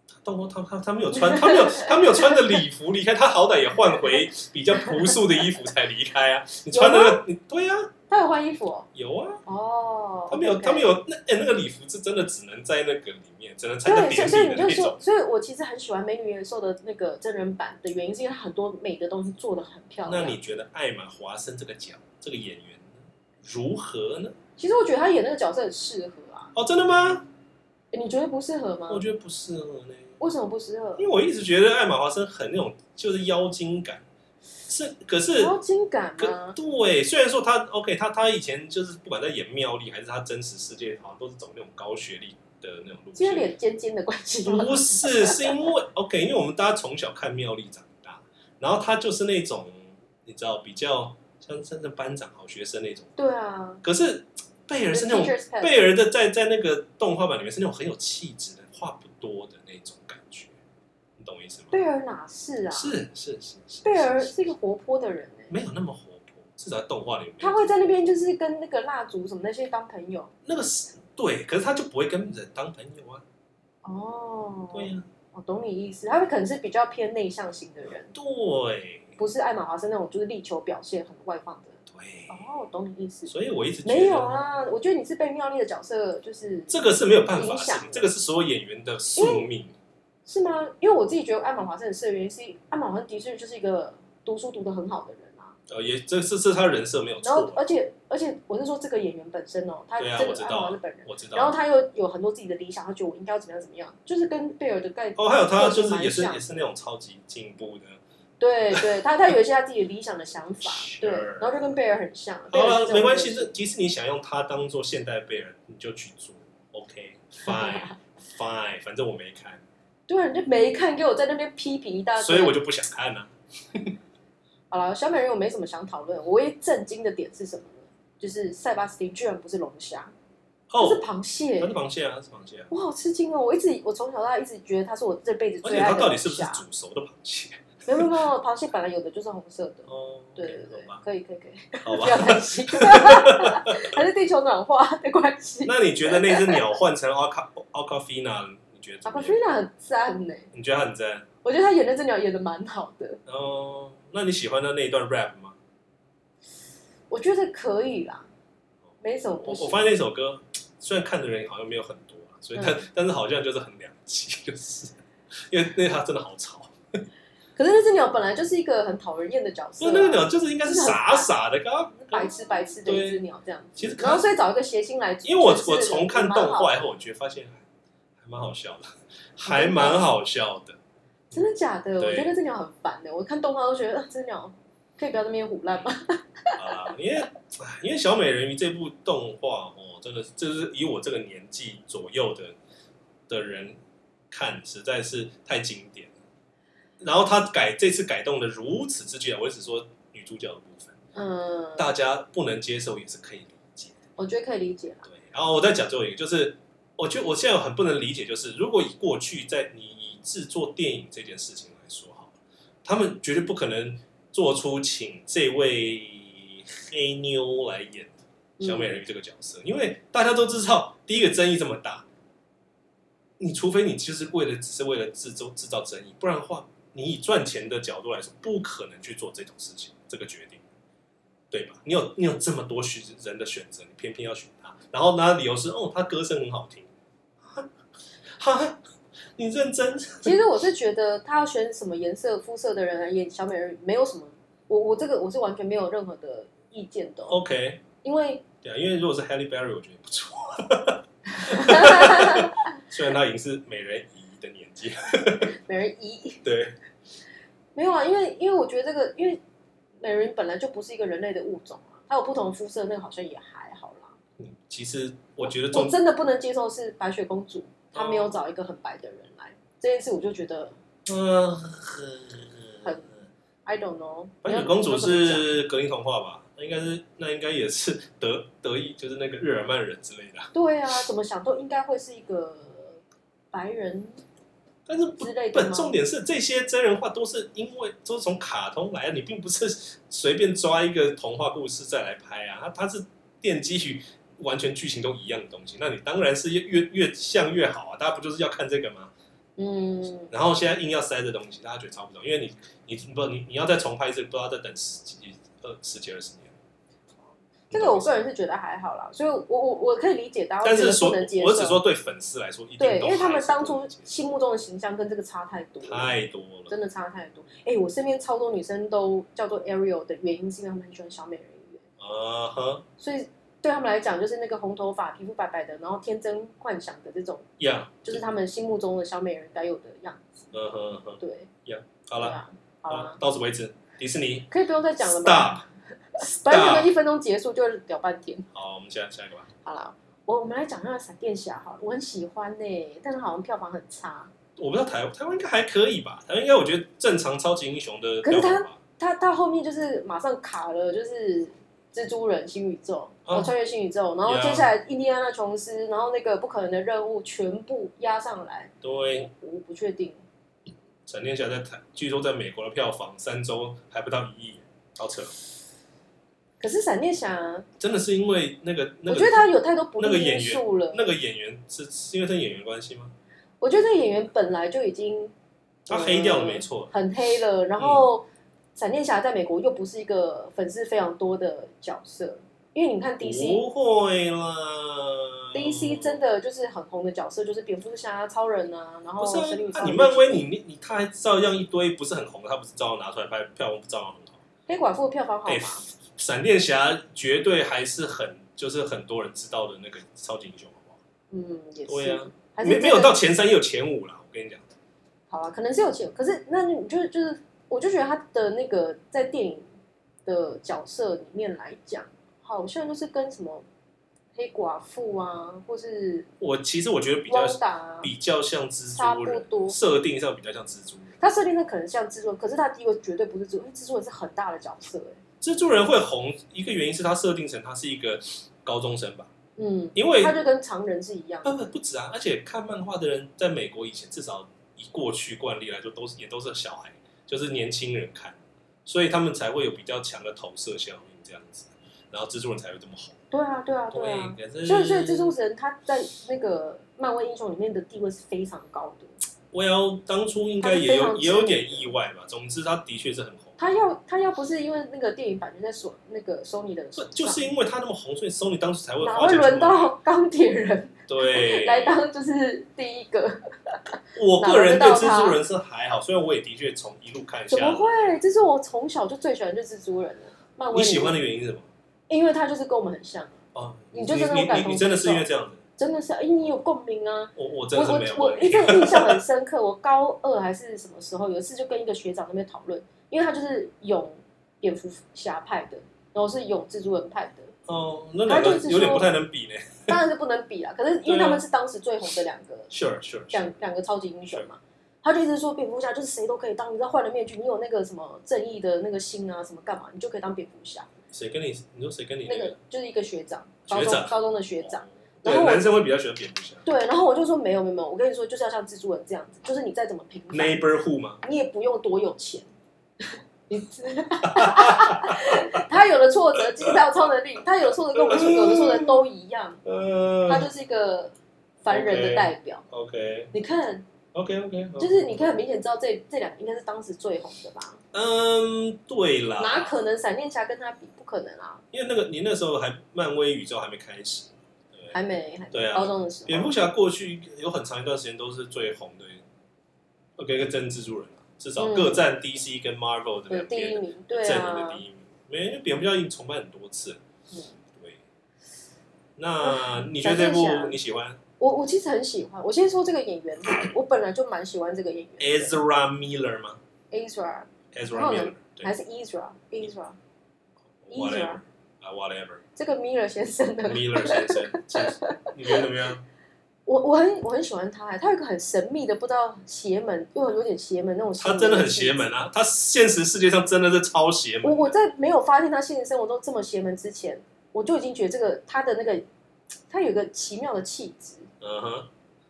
S1: 他动画他他他没有穿，他没有 [laughs] 他没有穿着礼服离开，他好歹也换回比较朴素的衣服才离开啊。你穿的那个，你对啊，
S2: 他有换衣服哦。
S1: 有啊，
S2: 哦，
S1: 他没有
S2: OK
S1: 他没。有那哎那个礼服是真的只能在那个里面，只能穿在典
S2: 对，所以所以
S1: 礼
S2: 你
S1: 的
S2: 就
S1: 那
S2: 说
S1: 种，，
S2: 所以我其实很喜欢《美女与野兽》的那个真人版的原因，是因为它很多美的东西做的很漂亮。
S1: 那你觉得艾玛华森这个角这个演员呢如何呢？
S2: 其实我觉得他演那个角色很适合啊，
S1: 哦，真的吗？
S2: 诶你觉得不适合吗
S1: 我？觉得不适合呢，
S2: 为什么不适合
S1: 因？为我一直觉得艾玛华森很那种就是妖精感，是可是
S2: 妖精啊感
S1: 可
S2: 吗？
S1: 对，虽然说他 OK，他他以前就是不管在演妙丽还是他真实世界，好像都是走那种高学历的那种路
S2: 是因
S1: 线。
S2: 为脸尖尖的关系吗？
S1: 不是，是因为 OK，因为我们大家从小看妙丽长大，然后他就是那种你知道比较像真的班长好学生那种。
S2: 对
S1: [laughs]
S2: 啊，
S1: 可是贝尔是那种
S2: Teacher's pet
S1: 贝尔的在在那个动画版里面是那种很有气质的，话不多的那种感觉，你懂我意思吗？
S2: 贝尔哪是啊？
S1: 是是是是，
S2: 贝尔
S1: 是
S2: 是一个活泼的人诶，
S1: 没有那么活泼，至少在动画里面。
S2: 他会在那边就是跟那个蜡烛什么那些当朋友。
S1: 那个是对，可是他就不会跟人当朋友啊。
S2: 哦，
S1: 对呀、
S2: 我懂你意思，他们可能是比较偏内向型的人，哦
S1: 对
S2: 不是艾玛华森那种就是力求表现很外放的人。
S1: 对，
S2: 哦，我懂你意思。
S1: 所以我一直觉得
S2: 没有啊，我觉得你是被妙丽的角色，就是
S1: 这个是没有办法
S2: 影
S1: 的
S2: 响
S1: 事情，这个是所有演员的宿命。
S2: 是吗？因为我自己觉得艾玛华森很适合的原因是，艾玛华森的确就是一个读书读得很好的人啊，
S1: 呃，也这这是他人设没有
S2: 然后
S1: 错，
S2: 而且而且我是说这个演员本身哦，他
S1: 对啊
S2: 真
S1: 我
S2: 的
S1: 知
S2: 爱
S1: 道
S2: 华
S1: 啊
S2: 的本人。
S1: 我知道。
S2: 然后他又有很多自己的理想，他觉得我应该要怎么样怎么样，就是跟贝尔的概
S1: 哦，还有他就
S2: 个
S1: 是
S2: 性蛮
S1: 也是
S2: 像
S1: 也是那种超级进步的。
S2: 对对，他他有一些他自己的理想的想法，
S1: [laughs]
S2: 对，
S1: Sure
S2: 然后就跟贝尔很像。贝
S1: 好
S2: 尔
S1: 了，
S2: 是这种
S1: 没关系，
S2: 人
S1: 这即使你想用他当做现代贝尔，你就去做，OK，fine，fine，、反
S2: [laughs]
S1: 正我没看，
S2: 对，啊你就没看，给我在那边批评一大堆。
S1: 所以我就不想看啊
S2: 啊
S1: 了、
S2: 好了，小美人我没什么想讨论，我唯一震惊的点是什么呢？就是塞巴斯汀居然不是龙虾，他是
S1: 哦，
S2: 螃
S1: 他
S2: 蟹
S1: 是，螃蟹啊，他是螃蟹啊，
S2: 我好吃惊哦！我一直我从小到大一直觉得他是我这辈子
S1: 而且
S2: 最爱
S1: 他
S2: 的
S1: 到
S2: 龙
S1: 底是不是
S2: 虾。
S1: 煮熟的螃蟹？
S2: [laughs] 没有没有没有，螃蟹本来有的就是红色的。
S1: 哦，
S2: 对对
S1: OK，
S2: 对
S1: 好吧，，
S2: 可以可以可以，
S1: 好
S2: [laughs] 不要
S1: 吧。[laughs]
S2: 担心，还是地球暖化的关系。
S1: 那你觉得那只鸟换成 Alca Alcafina，你觉得
S2: 阿
S1: 怎
S2: 克
S1: 么
S2: 菲
S1: 样？
S2: 娜很赞呢，
S1: 你觉得它很赞？
S2: 我觉得他演那只鸟演的蛮好的。
S1: 哦，那你喜欢的那一段 rap 吗？
S2: 我觉得可以啦，没什么不
S1: 我
S2: 行。
S1: 我发现那首歌，虽然看的人好像没有很多啊，所以但、
S2: 嗯
S1: 但是好像就是很两极，就是 [laughs] 因为那它真的好吵。
S2: 可是那只鸟本来就是一个很讨人厌的角色、
S1: 那
S2: 啊，
S1: 哦那个鸟就是应该是傻傻的，刚刚
S2: 白痴白痴的一只鸟这样子。
S1: 其实可
S2: 然后所以找一个谐星来主持，
S1: 因为我
S2: 就是
S1: 我重看动
S2: 蛮好
S1: 画以后，我觉得发现还还蛮好笑的， [laughs] 还蛮好笑的。
S2: 真的假的？
S1: 对
S2: 我觉得那只鸟很烦的，我看动画都觉得啊这只鸟可以不要这么胡乱吗？
S1: 好啦，因为唉因为小美人鱼这部动画哦，真的是就是以我这个年纪左右的的人看，实在是太经典了。然后他改这次改动的如此之剧，我只说女主角的部分，
S2: 嗯，
S1: 大家不能接受也是可以理解的。
S2: 我觉得可以理解啦。
S1: 对，然后我再讲最后一个，就是我觉得我现在很不能理解，就是如果以过去在你以制作电影这件事情来说好了，他们绝对不可能做出请这位黑妞来演小美人鱼这个角色，因为大家都知道，第一个争议这么大，你除非你就是为了只是为了制作制造争议，不然的话，你以赚钱的角度来说，不可能去做这种事情，这个决定，对吧？你有你有这么多选人的选择，你偏偏要选他，然后他的理由是哦，他歌声很好听，哈，哈你认真？
S2: 其实我是觉得他要选什么颜色肤色的人来演小美人鱼，没有什么，我我这个我是完全没有任何的意见的、哦，
S1: OK，
S2: 因为
S1: 对啊，因为如果是 Halle Berry，我觉得也不错， [laughs] 虽然他已经是美人鱼的年纪，
S2: 美人鱼。
S1: 对，
S2: 没有啊，因为因为我觉得这个，因为美人鱼本来就不是一个人类的物种啊，它有不同的肤色，那个好像也还好啦。
S1: 嗯，其实我觉得
S2: 我
S1: 中
S2: 真的不能接受是白雪公主，
S1: 哦
S2: 她没有找一个很白的人来这件事，我就觉得
S1: 嗯，
S2: 很 I don't know。
S1: 白雪公主是格林童话吧？那应该是，那应该也是德德意，就是那个日耳曼人之类的。
S2: 对啊，怎么想都应该会是一个白人
S1: 但是不
S2: 之类
S1: 不
S2: 的吗？，
S1: 重点是这些真人化都是因为都是从卡通来的，你并不是随便抓一个童话故事再来拍啊，它它是奠基于完全剧情都一样的东西，那你当然是越越越像越好啊，大家不就是要看这个吗？
S2: 嗯，
S1: 然后现在硬要塞这东西，大家觉得超不懂，因为你你不你你要再重拍一次，不知道再等十几二十几二十年。
S2: 这个我个人是觉得还好啦，所以我我我可以理解大家
S1: 但
S2: 觉
S1: 是
S2: 得
S1: 说，
S2: 不能接受。
S1: 我只说对粉丝来说，一定
S2: 对，
S1: 都
S2: 因为他
S1: 还
S2: 们
S1: 是
S2: 当
S1: 不
S2: 初
S1: 能接受
S2: 心目中的形象跟这个差太多了。
S1: 太多了，
S2: 真的差太多。哎、我身边超多女生都叫做 Ariel 的原因，是因为她们很喜欢小美人鱼，
S1: 啊哈
S2: 所以对她们来讲，就是那个红头发、皮肤白白的，然后天真幻想的这种，
S1: 呀，
S2: 就是她们心目中的小美人该有的样子。
S1: 嗯哼嗯哼，
S2: 对，
S1: 好
S2: 对
S1: 了，
S2: 啊，好
S1: 好
S2: 了、
S1: 嗯了，到此为止，迪士尼
S2: 可以不用再讲了吧？
S1: ，stop，
S2: 反正这
S1: stop
S2: 个一分钟结束就聊半天。
S1: 好，我们下下一个吧，
S2: 好了，我我们来讲那个闪电侠好了，我很喜欢呢、但是好像票房很差。
S1: 我不知道台台湾应该还可以吧，台湾应该我觉得正常超级英雄的
S2: 可是
S1: 标
S2: 他
S1: 准吧，
S2: 他他后面就是马上卡了，就是蜘蛛人新宇宙，
S1: 哦
S2: 哦，穿越新宇宙，然后
S1: Yeah
S2: 接下来印第安纳琼斯，然后那个不可能的任务全部压上来，
S1: 对，
S2: 我不确定。
S1: 闪电侠在台据说在美国的票房三周还不到一亿，好扯，哦
S2: 可是闪电侠，
S1: 真的是因为那个那
S2: 我
S1: 个
S2: 觉得他有太多不
S1: 那个
S2: 利
S1: 演
S2: 因
S1: 员
S2: 素了。
S1: 那个演员是是因为跟演员关系吗？
S2: 我觉得这个演员本来就已经
S1: 他黑掉了没
S2: 呃
S1: 错，嗯
S2: 很黑了，然后闪电侠在美国又不是一个粉丝非常多的角色，因为你看 DC
S1: 不会啦
S2: DC 真的就是很红的角色，就是蝙蝠侠、超人啊，然后
S1: 不是
S2: 神力女
S1: 啊，
S2: 超
S1: 啊你
S2: 人
S1: 漫威你你你他还照样一堆不是很红的，他不是照样拿出来拍，票房不照样很好？
S2: 黑寡妇的票房好
S1: 哎
S2: 吗？
S1: 闪电侠绝对还是很就是很多人知道的那个超级英雄，好不好？
S2: 嗯，也是，
S1: 对啊
S2: 还是
S1: 没
S2: 这
S1: 没有
S2: 个
S1: 到前三，也有前五啦。我跟你讲，
S2: 好了，可能是有钱，可是那你就就是，我就觉得他的那个在电影的角色里面来讲，好像就是跟什么黑寡妇啊，或是
S1: 我其实我觉得比较
S2: 汪达、啊，
S1: 比较像蜘
S2: 差
S1: 蛛
S2: 不
S1: 人，
S2: 多
S1: 设定上比较像蜘蛛人。
S2: 他设定的可能像制作，可是他第一个绝对不是制作，因为制作人是很大的角色、欸，
S1: 蜘蛛人会红，一个原因是他设定成他是一个高中生吧，
S2: 嗯，
S1: 因为
S2: 他就跟常人是一样的，
S1: 不不不止啊，而且看漫画的人在美国以前至少以过去惯例来说，都是也都是小孩，就是年轻人看，所以他们才会有比较强的投射效应这样子，然后蜘蛛人才会这么红。
S2: 对啊，对啊，对啊，
S1: 可是
S2: 所以所以蜘蛛人他在那个漫威英雄里面的地位是非常高的，
S1: 我要当初应该也有也有点意外吧，总之他的确是很红。
S2: 他要他要不是因为那个电影版权在索那个索尼的手
S1: 不
S2: 上，
S1: 就是因为他那么红，所以 Sony 当时才会
S2: 哪
S1: 花
S2: 会
S1: 钱
S2: 轮
S1: 去买
S2: 到钢铁人
S1: 对
S2: [laughs] 来当就是第一个？
S1: 我个人对蜘蛛人是还好，虽然我也的确从一路看
S2: 怎么
S1: 下。
S2: 会？这是我从小就最喜欢的蜘蛛人了。漫威
S1: 你
S2: 里面
S1: 喜欢的原因是什么？
S2: 因为他就是跟我们很像，
S1: 哦，
S2: 你
S1: 你
S2: 就
S1: 你
S2: 真的有感
S1: 你
S2: 同
S1: 你真的是因为
S2: 身
S1: 这样子，
S2: 真的是，哎，你有共鸣啊！
S1: 我我
S2: 我
S1: 真的是没有
S2: 我我一直印象很深刻，我高二还是什么时候，有一次就跟一个学长那边讨论，因为他就是勇蝙蝠侠派的，然后是勇蜘蛛人派的，
S1: 哦，那两
S2: 他
S1: 个
S2: 就是说
S1: 有点不太能
S2: [laughs]
S1: 比呢。
S2: 当然是不
S1: [laughs]
S2: 能比啦。可是因为
S1: 对啊
S2: 他们是当时最红的两个
S1: Sure sure，
S2: 两两个超级英雄嘛，他就一直说蝙蝠侠就是谁都可以当，你知道换了面具，你有那个什么正义的那个心啊，什么干嘛，你就可以当蝙蝠侠。
S1: 谁跟你你说谁跟你
S2: 那个就是一个学长，高
S1: 学
S2: 中
S1: 长
S2: 高中的学长。？
S1: 对
S2: 然后，我
S1: 男生会比较喜欢蝙蝠侠。
S2: 对，然后我就说没有没有没有，我跟你说就是要像蜘蛛人这样子，就是你再怎么平凡，
S1: Neighborhood 嘛，
S2: 你也不用多有钱。你 [laughs] 他有了挫折，其实他有超能力，他有的挫折跟我们有的挫折都一样，他
S1: 呃
S2: 就是一个凡人的代表。
S1: ，OK
S2: 你看，
S1: OK OK，
S2: 就是你可以很明显知道这这两个应该是当时最红的吧？
S1: 嗯，对
S2: 哪
S1: 啦，
S2: 可能闪电侠跟他比？不可能啊，
S1: 因为那个你那时候还漫威宇宙还没开始，对不对
S2: 还没，还没
S1: 对啊
S2: 高中的时
S1: 蝙
S2: 候
S1: 蝠，侠过去有很长一段时间都是最红的，OK 跟真蜘蛛人啊，至少
S2: 嗯
S1: 各占 DC 跟 Marvel 的
S2: 对
S1: 两
S2: 第一
S1: 边
S2: 名，对
S1: 阵营的
S2: 啊
S1: 第，一名。没，因为蝙蝠侠已经崇拜很多次了，
S2: 嗯
S1: 对。那你觉得这
S2: 闪电侠
S1: 部你喜欢
S2: 我我其实很喜欢。我先说这个演员，我本来就蛮喜欢这个演员的
S1: Ezra Miller 吗
S2: Ezra
S1: ？Ezra
S2: 哦
S1: Miller 对
S2: 还是 Ezra Ezra
S1: ，whatever
S2: Ezra
S1: 啊 whatever
S2: 这个 Miller 先生的，
S1: Miller 先生先生，你觉得怎么样？
S2: 我我很我很喜欢他，他有一个很神秘的，不知道邪门，又有点邪门那种。
S1: 他真的很邪门。啊！他现实世界上真的是超邪
S2: 我
S1: 门。
S2: 我在没有发现他现实生活中这么邪门之前，我就已经觉得这个他的那个他有一个奇妙的气质。
S1: 嗯哼，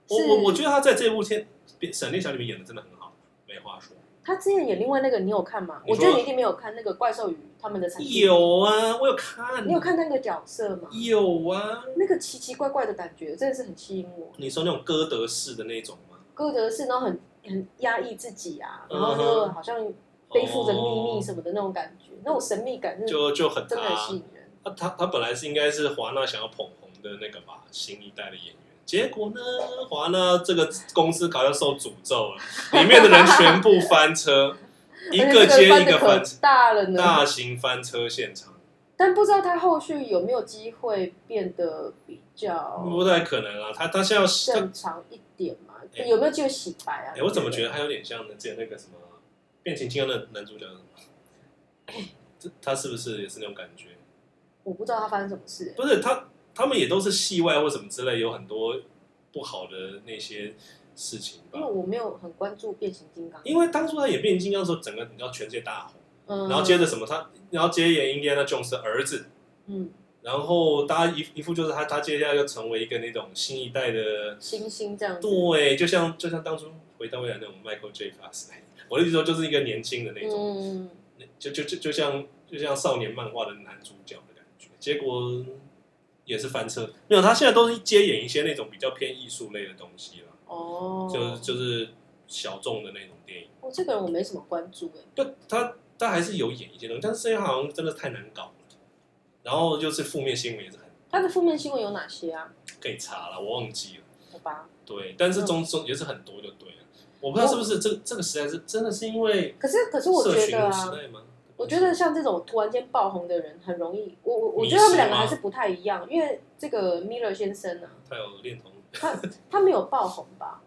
S1: 我
S2: 是
S1: 我我觉得他在这部《天闪电侠》里面演的真的很好，没话说。
S2: 他之前演另外那个，你有看吗？
S1: 你
S2: 我
S1: 说
S2: 觉得你一定没有看那个怪兽与他们的产地。
S1: 有啊，我有看。
S2: 你有看那个角色吗？
S1: 有啊，
S2: 那个奇奇怪怪的感觉真的是很吸引我。
S1: 你说那种歌德式的那种吗？
S2: 歌德是那种很很压抑自己啊，
S1: 嗯
S2: 然
S1: 哼
S2: 后就好像背负着秘密什么的那种感觉，那种神秘感是
S1: 哦就啊就很
S2: 真的很吸
S1: 他
S2: 引人。
S1: 他他他本来是应该是华纳想要捧红的那个吧，新一代的演员。结果呢，华纳这个公司好像受诅咒了，里面的人全部翻
S2: [laughs]
S1: 车，一
S2: 而且这
S1: 接一
S2: 翻
S1: 个
S2: 的
S1: 翻
S2: 可
S1: 车，
S2: 大了呢，
S1: 大型翻车现场。
S2: 但不知道他后续有没有机会变得比较
S1: 不太可能啊，他他现在要他
S2: 正常一点嘛？
S1: 哎
S2: 有没有机会洗白啊
S1: 哎、？我怎么觉
S2: 得？
S1: 得他有点像呢？之前那个什么《变形金刚》的男主角是什么这他是不是也是那种感觉？
S2: 我不知道他发生什么事、
S1: 不是他，他们也都是戏外或什么之类，有很多不好的那些事情吧
S2: 因为。我没有很关注变形金刚。
S1: 因为当初他演变形金刚的时候，整个你知道全世界大红，
S2: 嗯，
S1: 然后接着什么他，然后接演 Indiana Jones 的儿子，
S2: 嗯，
S1: 然后大家一一副就是他，他接下来就成为一个那种新一代的
S2: 星星这样子，
S1: 对，就像就像当初回到未来那种 Michael J. f a s [laughs] 我的意思说就是一个年轻的那种，
S2: 嗯，
S1: 就就就就像就像少年漫画的男主角的感觉，结果也是翻车。没有，他现在都是接演一些那种比较偏艺术类的东西了，
S2: 哦，
S1: 就是就是小众的那种电影。
S2: 哦，这个人我没什么关注哎、
S1: 但他他还是有演一些东西，但是这些好像真的太难搞了。然后就是负面新闻也是很
S2: 他的负面新闻有哪些啊？
S1: 可以查了，我忘记了。
S2: 好吧，
S1: 对，但是中中也是很多就对了。我不知道是不是这这个时代是真的是因为
S2: 可是可是我
S1: 社
S2: 觉
S1: 群
S2: 得
S1: 的时
S2: 啊，
S1: 代吗？
S2: 我觉得像这种突然间爆红的人，很容易，我我我觉得他们两个还是不太一样，因为这个 Miller 先生呢、
S1: 他有恋童，
S2: 他他没有爆红吧，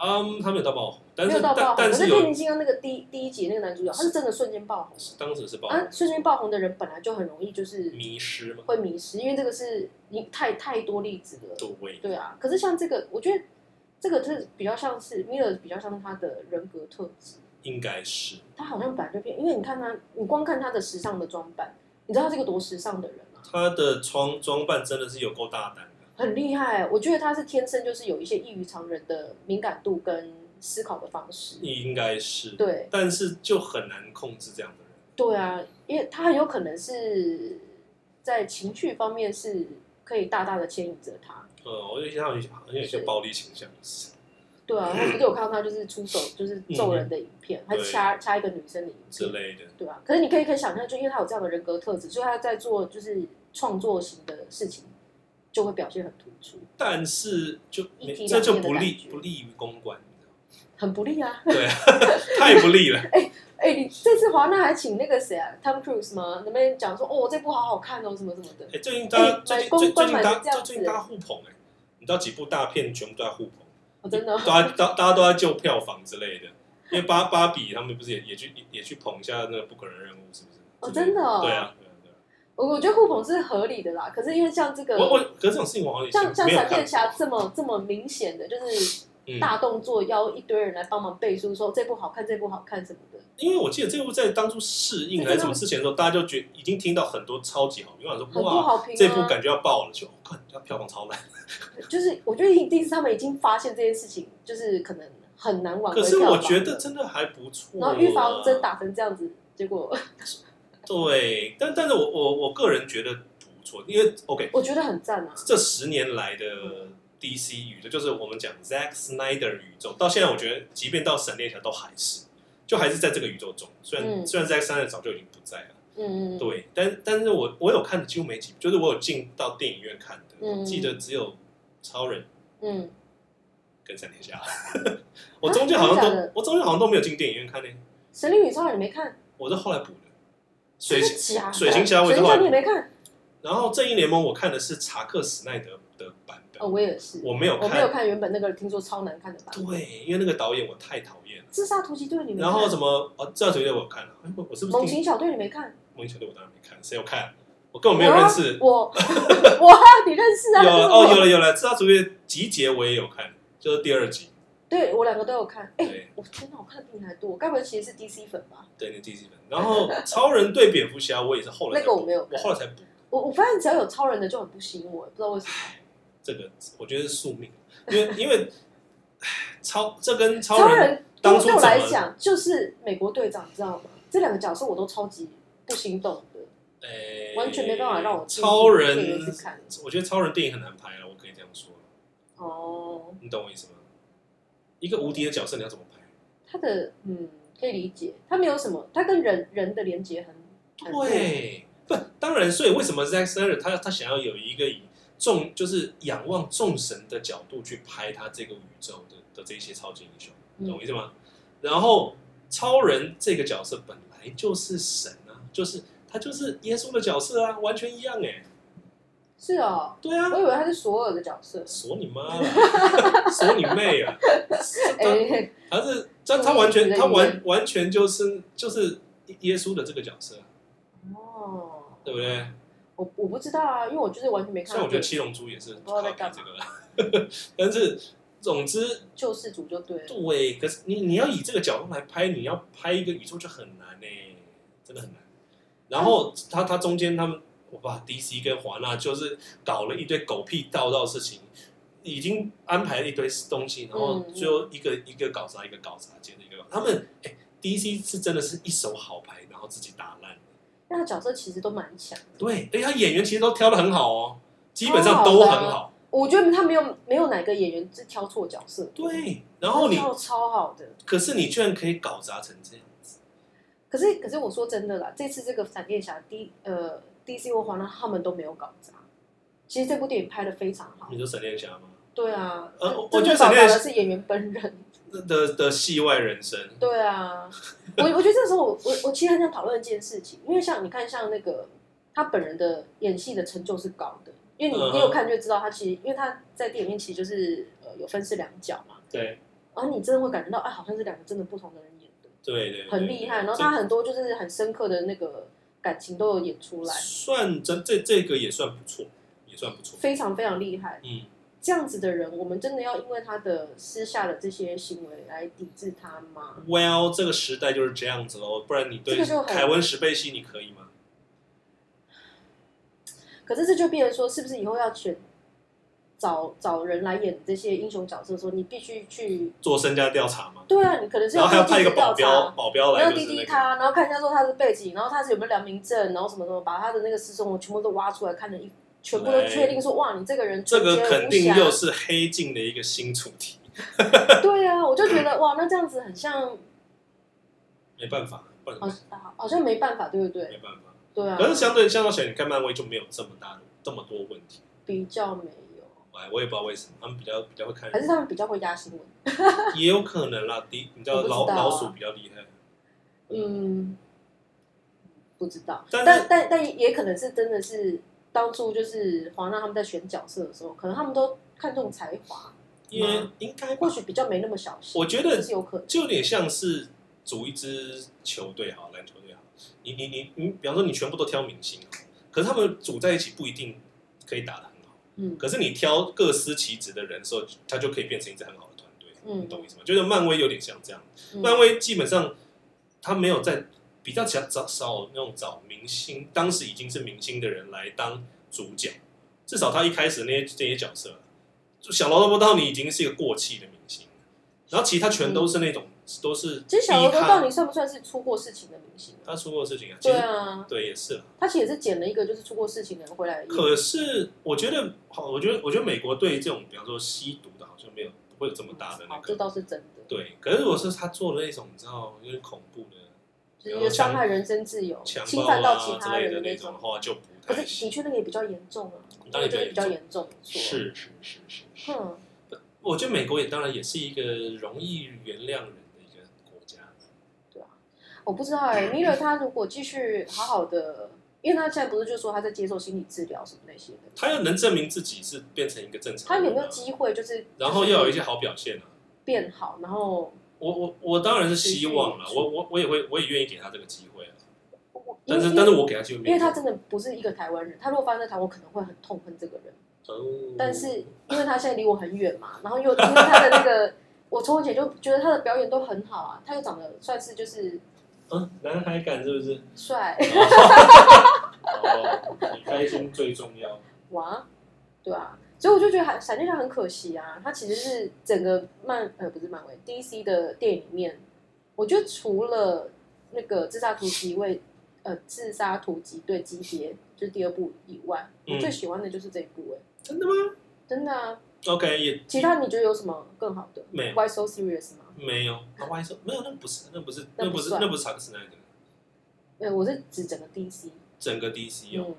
S1: 嗯，他没有到爆红，但
S2: 没
S1: 是
S2: 有到爆
S1: 但
S2: 红，
S1: 但
S2: 可是
S1: 是
S2: 变
S1: 有
S2: 形金刚那个第一第一集那个男主角，他是真的瞬间爆红，
S1: 当时是爆
S2: 啊，
S1: 红，
S2: 瞬间爆红的人本来就很容易就是
S1: 迷失嘛，
S2: 会迷失，因为这个是你太太多例子了，
S1: 对，
S2: 对啊，可是像这个，我觉得这个是比较像是 Miller 比较像是他的人格特质，
S1: 应该是
S2: 他好像本来就变，因为你看他，你光看他的时尚的装扮，你知道他是个多时尚的人啊，
S1: 他的装装扮真的是有够大胆的，
S2: 很厉害。啊我觉得他是天生就是有一些异于常人的敏感度跟思考的方式。
S1: 应该是，
S2: 对
S1: 但是就很难控制这样的人。
S2: 对啊，因为他很有可能是在情绪方面是可以大大的牵引着他。
S1: 呃，我就像好像有些暴力倾向是，
S2: 对啊，我不是有看到他就是出手就是揍人的影片，还掐掐一个女生的影
S1: 之
S2: 片，
S1: 类的，
S2: 对啊，可是你可以可以想象，就因为他有这样的人格特质，所以他在做就是创作型的事情就会表现很突出，
S1: 但是就
S2: 一体两面的
S1: 这就不
S2: 感
S1: 利
S2: 觉
S1: 不利于公关，你知道吗
S2: 很不利啊。
S1: 对， [laughs] 太不利了。
S2: 哎、你这次华纳还请那个谁啊，Tom Cruise 吗？那边讲说哦，这部好好看哦，什么什么的。
S1: 哎，最近大家
S2: 哎
S1: 最近
S2: 公
S1: 最最
S2: 关
S1: 近
S2: 版
S1: 大
S2: 是这样
S1: 家
S2: 子
S1: 最近大家互捧哎，你知道几部大片全部都在互捧，
S2: 哦，真的哦、
S1: 大家大大家都在救票房之类的。因为芭芭比他们不是也也去也去捧一下那个不可能任务，是不是？
S2: 哦真的哦
S1: 对啊，对啊，对啊。啊
S2: 我我觉得互捧是合理的啦。可是因为像这个，
S1: 我我可是这种事情我好像已经
S2: 像像
S1: 没有
S2: 闪
S1: 看
S2: 电侠这么这么明显的，就是
S1: 嗯
S2: 大动作邀一堆人来帮忙背书，说这部好看，这部好看什么的。
S1: 因为我记得这部在当初试映还是什
S2: 哎
S1: 么之前的时候，大家就觉已经听到很多超级好评，我想
S2: 很
S1: 说
S2: 多
S1: 哇，
S2: 好评、啊，哦
S1: 这部感觉要爆了，就我看它票房超烂。
S2: 就是我觉得一定是他们已经发现这件事情，就是可能很难挽回
S1: 可是
S2: 票
S1: 我
S2: 房
S1: 觉
S2: 了
S1: 得，真的还不错、啊。
S2: 然后预防针打成这样子，结果
S1: 对，但但是我我我个人觉得不错，因为 OK
S2: 我觉得很赞啊。
S1: 这十年来的 DC 宇宙，就是我们讲 Zack Snyder 宇宙，到现在我觉得，即便到闪电侠都还是，就还是在这个宇宙中。虽然、
S2: 嗯
S1: 虽然 Zack Snyder 早就已经不在了。
S2: 嗯，嗯，
S1: 对，但但是我我有看的几乎没几部，就是我有进到电影院看的，
S2: 嗯
S1: 我记得只有超人
S2: 嗯，
S1: 跟闪电侠， [laughs] 我中间好像
S2: 啊真
S1: 都、
S2: 的假的
S1: 我中间好像都没有进电影院看呢、
S2: 神力女超人你没看？
S1: 我是后来补的。水
S2: 真的假
S1: 星
S2: 的
S1: 水星侠我也
S2: 水
S1: 是
S2: 星
S1: 后
S2: 侠
S1: 来
S2: 你也
S1: 补，
S2: 没看？
S1: 然后正义联盟我看的是查克史奈德的版本，
S2: 哦，我也是，
S1: 我没有
S2: 我
S1: 看，
S2: 没有看原本那个听说超难看的版本。
S1: 对，因为那个导演我太讨厌了。
S2: 自杀突击队你没看？
S1: 然后什么哦，这首歌我有看了、哎我我是不是
S2: 猛
S1: 听
S2: 禽小队你没看？
S1: 梦影小队？我当然没看，谁有看？我根本没有认识。 [laughs]
S2: 我我啊，你认识啊？
S1: 有
S2: 就是
S1: 了
S2: 我
S1: 哦，有了有了，自杀主角集结我也有看，就是第二集。
S2: 对我两个都有看。哎、
S1: 对
S2: 我天哪，我看的比你还多，该不会其实是 DC 粉吧？
S1: 对，那第几本？然后超人对蝙蝠侠，我也是后来才
S2: 那个我
S1: 补
S2: 没有看
S1: 我后来才补
S2: 我我发现只要有超人的就很不吸引我，不知道为什么。
S1: 这个，我觉得是宿命，因为 [laughs] 因为 [sighs] 唉超这跟超
S2: 超
S1: 人
S2: 人对
S1: 当
S2: 我
S1: 初
S2: 对我
S1: 怎么
S2: 来讲就是美国队长，你知道吗？这两个角色我都超级不心动的，
S1: 诶
S2: 完全没办法让我进
S1: 超
S2: 电影院
S1: 人
S2: 去，看。
S1: 我觉得超人电影很难拍了，我可以这样说，
S2: 哦，
S1: 你懂我意思吗？一个无敌的角色你要怎么拍？
S2: 他的嗯可以理解，他没有什么，他跟人人的连接很很弱
S1: 对，不，当然，所以为什么 Zack Snyder 他他想要有一个以众就是仰望众神的角度去拍他这个宇宙的的这些超级英雄，懂我
S2: 嗯
S1: 意思吗？然后超人这个角色本来就是神啊，就是他就是耶稣的角色啊，完全一样哎、
S2: 是哦，
S1: 对啊
S2: 我，以为他是索尔的角色。
S1: 锁你妈啦， [laughs] 锁你妹
S2: [laughs]
S1: 啊！他 [laughs]
S2: 哎，
S1: 他是他他完全
S2: 注意
S1: 他
S2: 你的
S1: 完完全就是就是耶稣的这个角色啊，
S2: 哦，
S1: 对不对？
S2: 我我不知道啊，因为我就是完全没看
S1: 虽然
S2: 到
S1: 我觉得《
S2: 这个
S1: 七龙珠》也是
S2: 不知道在干嘛
S1: 这个， [laughs] 但是总之
S2: 救世主就对了。
S1: 对，可是你你要以这个角度来拍，你要拍一个宇宙就很难呢、欸真的很难。然后他他中间他们，我把 DC 跟华纳就是搞了一堆狗屁道道的事情，已经安排了一堆东西，然后
S2: 嗯
S1: 最后一个一个搞砸，一个搞砸，接着一个搞砸。他们哎、DC 是真的是一手好牌，然后自己打烂。
S2: 那他角色其实都蛮强的，
S1: 对，哎而且他演员其实都挑的很好哦，基本上都
S2: 超好的啊
S1: 很好。
S2: 我觉得他没有没有哪个演员是挑错角色的，
S1: 对，然后你
S2: 跳超好的。
S1: 可是你居然可以搞砸成这样子，
S2: 可是可是我说真的啦，这次这个闪电侠 D 呃 DC 或华纳他们都没有搞砸，其实这部电影拍的非常好
S1: 你。说闪电侠吗？
S2: 对啊，
S1: 嗯呃我
S2: 真
S1: 我觉得
S2: 的搞
S1: 闪
S2: 砸
S1: 电
S2: 的是演员本人。
S1: 的的戏外人生，
S2: 对啊，我我觉得这时候我我我其实很想讨论一件事情，因为像你看，像那个他本人的演戏的成就是高的，因为你
S1: 嗯哼
S2: 你有看就知道他其实，因为他在电影里面其实就是呃有分饰两角嘛，
S1: 对
S2: 然后你真的会感觉到，哎，好像是两个真的不同的人演的，
S1: 对对，对
S2: 很厉害。然后他很多就是很深刻的那个感情都有演出来，
S1: 算真这这个也算不错，也算不错，
S2: 非常非常厉害。
S1: 嗯，
S2: 这样子的人，我们真的要因为他的私下的这些行为来抵制他吗？
S1: Well，这个时代就是这样子喽，不然你对
S2: 这个就很
S1: 凯文史贝西你可以吗？
S2: 可是这就变成说，是不是以后要选找找人来演这些英雄角色的时候，你必须去
S1: 做身家调查吗？
S2: 对啊，你可能是
S1: 然后还要
S2: 要
S1: 派一个保镖，保镖
S2: 然
S1: 来
S2: 后
S1: 就是
S2: 滴
S1: 那
S2: 滴
S1: 个，
S2: 他，然后看一下说他的背景，然后他是有没有良民证，然后什么什么，把他的那个私生活全部都挖出来，看了一全部都确定说，哇，你这个人
S1: 哎这个
S2: 纯洁
S1: 肯
S2: 无
S1: 定
S2: 瑕
S1: 又是黑镜的一个新主题，
S2: 对啊，我就觉得哇，那这样子很像，
S1: 没办法，不然
S2: 好好好像没办法，对不对？
S1: 没办法。
S2: 对啊，
S1: 可是相对相较起来，你看漫威就没有这么大的这么多问题，
S2: 比较没有，
S1: 哎，我也不知道为什么，他们比较比较会看
S2: 还，是他们比较会压新闻。
S1: 也有可能啦，第你知
S2: 我
S1: 道
S2: 不知
S1: 老
S2: 道啊
S1: 老鼠比较厉害，
S2: 嗯，不知道，
S1: 但是
S2: 但但但也可能是真的是当初就是黄让他们在选角色的时候，可能他们都看重才华，
S1: 因为应该吧
S2: 或许比较没那么小心，
S1: 我觉得
S2: 这是有可能。
S1: 就有点像是组一支球队好，篮球队好，你你你你，比方说你全部都挑明星好，可是他们组在一起不一定可以打得很好，
S2: 嗯
S1: 可是你挑各司其职的人的时候，他就可以变成一支很好的团队，
S2: 嗯
S1: 你懂我意思吗？就是漫威有点像这样，
S2: 嗯
S1: 漫威基本上他没有在比较想找少那种找明星，当时已经是明星的人来当主角，至少他一开始那些这些角色，就小罗伯特道尼已经是一个过气的明星了，然后其他全都是那种、都是
S2: 其实小罗伯
S1: 低
S2: 到
S1: 咖
S2: 底算不算是出过事情的明星啊？
S1: 他出过事情啊，其
S2: 对
S1: 实
S2: 啊，
S1: 对也是啦。
S2: 他其实也是捡了一个就是出过事情的人回来演。
S1: 可是我觉得好，我觉得我觉得美国对这种比方说吸毒的，好像没有不会有这么大的那
S2: 好这
S1: 个。
S2: 倒是真的，
S1: 对，可是如果是他做的那种，你知道，有点恐怖的
S2: 就是伤害人身自由、
S1: 强
S2: 侵
S1: 暴
S2: 犯到
S1: 啊
S2: 其
S1: 之
S2: 他
S1: 类
S2: 人
S1: 的
S2: 那
S1: 那种的话，就不
S2: 可
S1: 太
S2: 是
S1: 行
S2: 的。确那个也比较严重啊，
S1: 当然
S2: 那个
S1: 比
S2: 比
S1: 较
S2: 较
S1: 严
S2: 严重，没错。，嗯
S1: 是是是是是。
S2: 哼。
S1: 我觉得美国也当然也是一个容易原谅人的一个国家。
S2: 我不知道哎、米勒他如果继续好好的，因为他现在不是就说他在接受心理治疗什么那些的，
S1: 他要能证明自己是变成一个正常
S2: 他
S1: 人、啊，
S2: 有没有机会就是
S1: 然后要有一些好表现啊。
S2: 变好，然后
S1: 我我我当然是希望了，
S2: 持续
S1: 我我我也会我也愿意给他这个机会啊。
S2: 我
S1: 但是
S2: 因为
S1: 但是我给他机会没有
S2: 因为
S1: 用，
S2: 他真的不是一个台湾人，他如果发生在台湾，我可能会很痛恨这个人，
S1: 哦
S2: 但是因为他现在离我很远嘛，然后又因为他的那个， [laughs] 我从前就觉得他的表演都很好啊，他又长得算是就是
S1: 嗯，男孩感是不
S2: [laughs]
S1: 是？
S2: 帅，
S1: 哦，你开心最重要。
S2: 哇，对啊，所以我就觉得闪闪电侠很可惜啊，它其实是整个漫呃不是漫威 DC 的电影里面，我觉得除了那个自杀突击为呃自杀突击对击跌就是第二部以外，
S1: 嗯
S2: 我最喜欢的就是这一部哎、
S1: 真的吗
S2: 真的啊，
S1: ？OK，也
S2: 其他你觉得有什么更好的
S1: 没有
S2: ？Why so serious 吗？
S1: 没有。啊，我还说没有，那不是，那不是，
S2: 那
S1: 那
S2: 不
S1: 不是，
S2: 算
S1: 那不是查克斯奈德，
S2: 呃，我是指整个 DC，
S1: 整个 DC 哦。
S2: 嗯，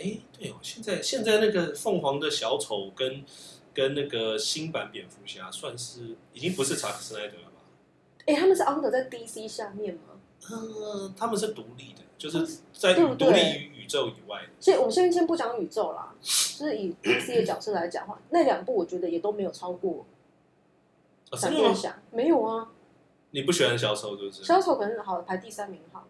S1: 哎，对哦，现在现在那个凤凰的小丑跟跟那个新版蝙蝠侠算是已经不是查克斯奈德了吧？
S2: 哎，他们是 under 在 DC 下面吗？
S1: 嗯，他们是独立的，就
S2: 他们
S1: 是在
S2: 对不对
S1: 独立于宇宙以外的。
S2: 所以我们先先不讲宇宙啦，就是以 DC 的角色来讲的话，那两部我觉得也都没有超过
S1: 哦
S2: 闪
S1: 真的
S2: 电
S1: 吗？
S2: 侠没有啊，
S1: 你不喜欢小丑是不是？
S2: 小丑可能好排第三名好。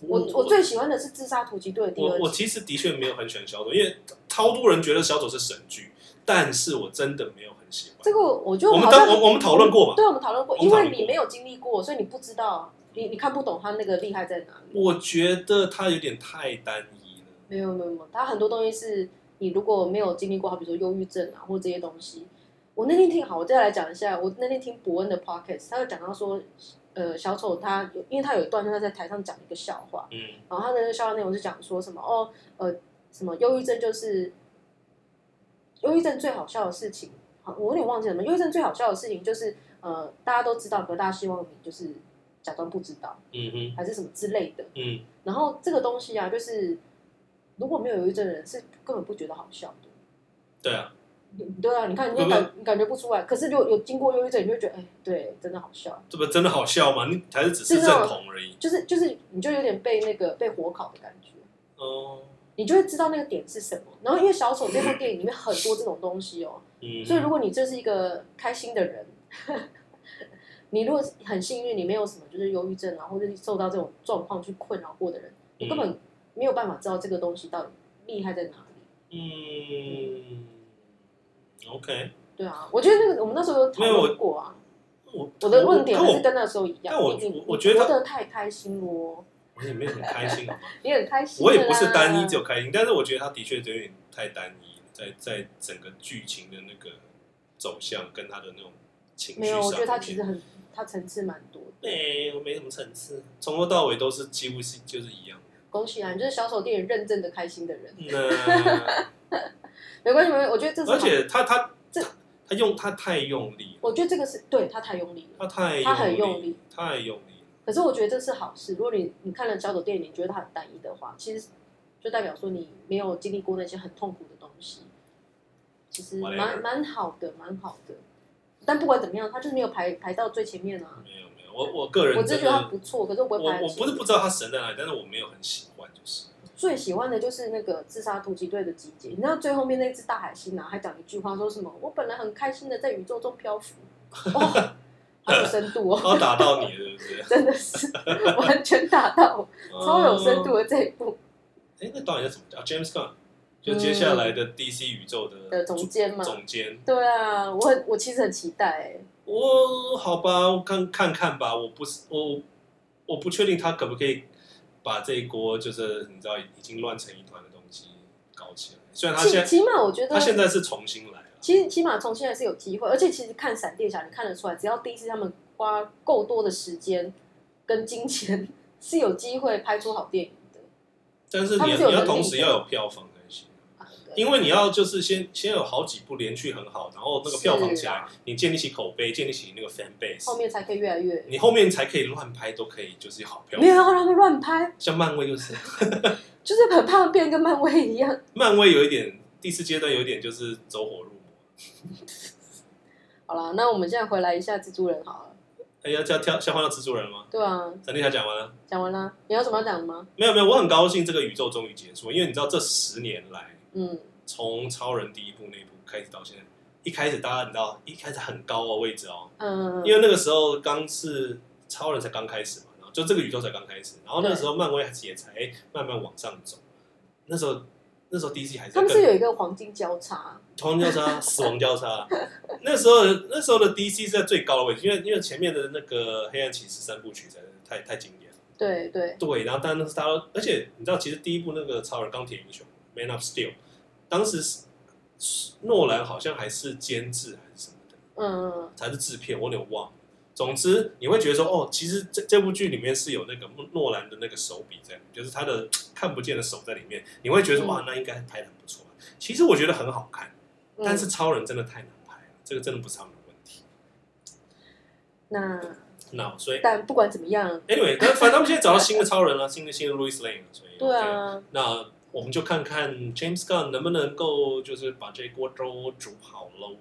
S2: 我我最喜欢的是《自杀突击队》的第
S1: 我
S2: 二
S1: 我
S2: 集，
S1: 其实的确没有很喜欢小丑，因为超多人觉得小丑是神剧，但是我真的没有很喜欢。
S2: 这个我就
S1: 我们
S2: 好
S1: 当
S2: 像
S1: 我我们讨论过嘛？
S2: 对我们讨论过，
S1: 我们
S2: 因
S1: 讨论
S2: 为你没有经历过，所以你不知道，你你看不懂他那个厉害在哪里。
S1: 我觉得他有点太单一了。
S2: 没有没有没有，他很多东西是你如果没有经历过，好比如说忧郁症啊或这些东西。我那天听好，我再来讲一下，我那天听伯恩的 podcast，他就讲到说，呃，小丑他有，因为他有一段就是他在台上讲一个笑话，
S1: 嗯，
S2: 然后他的那个笑话内容是讲说什么哦，呃，什么忧郁症就是忧郁症最好笑的事情，好，我有点忘记了什么。忧郁症最好笑的事情就是呃，大家都知道，可大家希望你就是假装不知道，
S1: 嗯哼，
S2: 还是什么之类的。
S1: 嗯，
S2: 然后这个东西啊，就是如果没有忧郁症的人是根本不觉得好笑的。
S1: 对啊，
S2: 对啊，你看你也感你感觉不出来，可是如果有经过忧郁症，你就觉得哎，对，真的好笑，
S1: 这不真的好笑吗？你还是只是
S2: 是那
S1: 正
S2: 种
S1: 统而已。
S2: 就是就是你就有点被那个被火烤的感觉，
S1: 哦，
S2: 你就会知道那个点是什么。然后因为小丑这部电影里面很多这种东西哦，
S1: 嗯，
S2: 所以如果你就是一个开心的人， [laughs] 你如果很幸运，你没有什么就是忧郁症啊，或者是受到这种状况去困扰过的人，你根本没有办法知道这个东西到底厉害在哪里。
S1: 嗯，OK，嗯
S2: 对啊，我觉得那个我们那时候有讨
S1: 没有我
S2: 论过啊。
S1: 我
S2: 我的论点
S1: 但
S2: 还
S1: 我
S2: 是跟那时候一样，
S1: 但我
S2: 你你
S1: 我我觉得
S2: 你活得太开心了哦，
S1: 我也没有很开
S2: [laughs]
S1: 心，好吗？
S2: 你很开心。
S1: 我也不是单一只有，开心，但是我觉得他的确有点太单一，在在整个剧情的那个走向跟他的那种情绪
S2: 没有，我觉得他
S1: 上
S2: 其
S1: 面
S2: 实很，他层次蛮多的。
S1: 没有没什么层次，从头到尾都是几乎是就是一样。
S2: 恭喜啊，你就是小手电影认证的开心的人， [laughs]
S1: 那
S2: 没关系，没关系。我觉得这是，
S1: 而，且他他
S2: 这
S1: 他他用他太用力了，
S2: 我觉得这个是对他太用力了。
S1: 他太
S2: 他很
S1: 用
S2: 用力，
S1: 太用力了。
S2: 可是我觉得这是好事。如果你你看了小丑电影，你觉得它很单一的话，其实就代表说你没有经历过那些很痛苦的东西，其实
S1: Whatever
S2: 蛮蛮好的，蛮好的。但不管怎么样，他就是没有排排到最前面啊。
S1: 没有没有，我我个人
S2: 我只
S1: 真
S2: 是觉得他
S1: 的
S2: 不错，可是我不
S1: 我
S2: 会排到
S1: 我
S2: 前
S1: 不是
S2: 面
S1: 不知道他神在哪里，但是我没有很喜欢，就是
S2: 最喜欢的就是那个自杀突击队的集结，你知道最后面那只大海星啊，还讲一句话，说什么“我本来很开心的在宇宙中漂浮”，哦，好有深度哦，
S1: 他打到你了，是不是？
S2: 真的是完全打到我， [laughs]
S1: 嗯
S2: 超有深度的这一部
S1: 哎，那导演是怎么叫、啊、James Gunn？就接下来的 DC 宇宙的
S2: 嗯的总监嘛。
S1: 总监，
S2: 对啊，我很我其实很期待、欸，
S1: 我好吧，我看看看吧，我不是我我不确定他可不可以把这一锅就是你知道已经乱成一团的东西搞起来。虽然他
S2: 起
S1: 现在
S2: 起码我觉得
S1: 他，现在是重新来了，
S2: 其实起码从现在是有机会，而且其实看闪电侠，你看得出来，只要第一次他们花够多的时间跟金钱，是有机会拍出好电影的。
S1: 但是
S2: 他
S1: 你
S2: 们是有
S1: 你要
S2: 能力
S1: 同时
S2: 的
S1: 要有票房才行。
S2: 啊
S1: 因为你要就是先先有好几部连续很好，然后那个票房起来，
S2: 是啊
S1: 你建立起口碑，建立起那个 fan
S2: 后
S1: base，
S2: 面才可以越来越
S1: 你后面才可以乱拍，都可以就是有好票
S2: 没有
S1: 房。
S2: 让他们乱拍，
S1: 像漫威就是，
S2: 就是很怕变跟漫威一样。
S1: 漫威有一点第四阶段有一点就是走火入魔，
S2: 好了，那我们现在回来一下蜘蛛人好了。
S1: 哎要要跳先换到蜘蛛人吗？
S2: 对啊，
S1: 闪电侠讲完了，
S2: 讲完啦，你有什么要讲的吗？
S1: 没有没有，我很高兴这个宇宙终于结束，因为你知道这十年来，
S2: 嗯，
S1: 从超人第一部那一部开始到现在，一开始大家你知道一开始很高的位置哦，
S2: 嗯，
S1: 因为那个时候刚是超人才刚开始嘛，然后就这个宇宙才刚开始，然后那个时候漫威也才慢慢往上走。那时候那时候 DC 还在
S2: 他们是
S1: 跟
S2: 有一个黄金交叉，
S1: 黄金交
S2: [laughs]
S1: 叉、死亡交叉。那时候那时候的 DC 是在最高的位置，因为因为前面的那个黑暗骑士三部曲才太太经典了。
S2: 对对，
S1: 对，然后当然那是大家，而且你知道，其实第一部那个超人钢铁英雄 Man of Steel，当时是是诺兰好像还是监制还是什么的。
S2: 嗯，
S1: 还是制片，我有点忘了。总之，你会觉得说，哦，其实这这部剧里面是有那个诺诺兰的那个手笔在，就是他的看不见的手在里面。你会觉得说，
S2: 嗯
S1: 哇，那应该拍的很不错。啊其实我觉得很好看，
S2: 嗯
S1: 但是超人真的太难拍了，这个真的不是他们的问题。
S2: 那
S1: 那我所以
S2: 但不管怎么样，
S1: ，anyway，但反正他们现在找到新的超人了，新的新的 Louis Lane 了，所以
S2: 对
S1: OK
S2: 啊，
S1: 那我们就看看 James Gunn 能不能够就是把这锅粥煮好喽。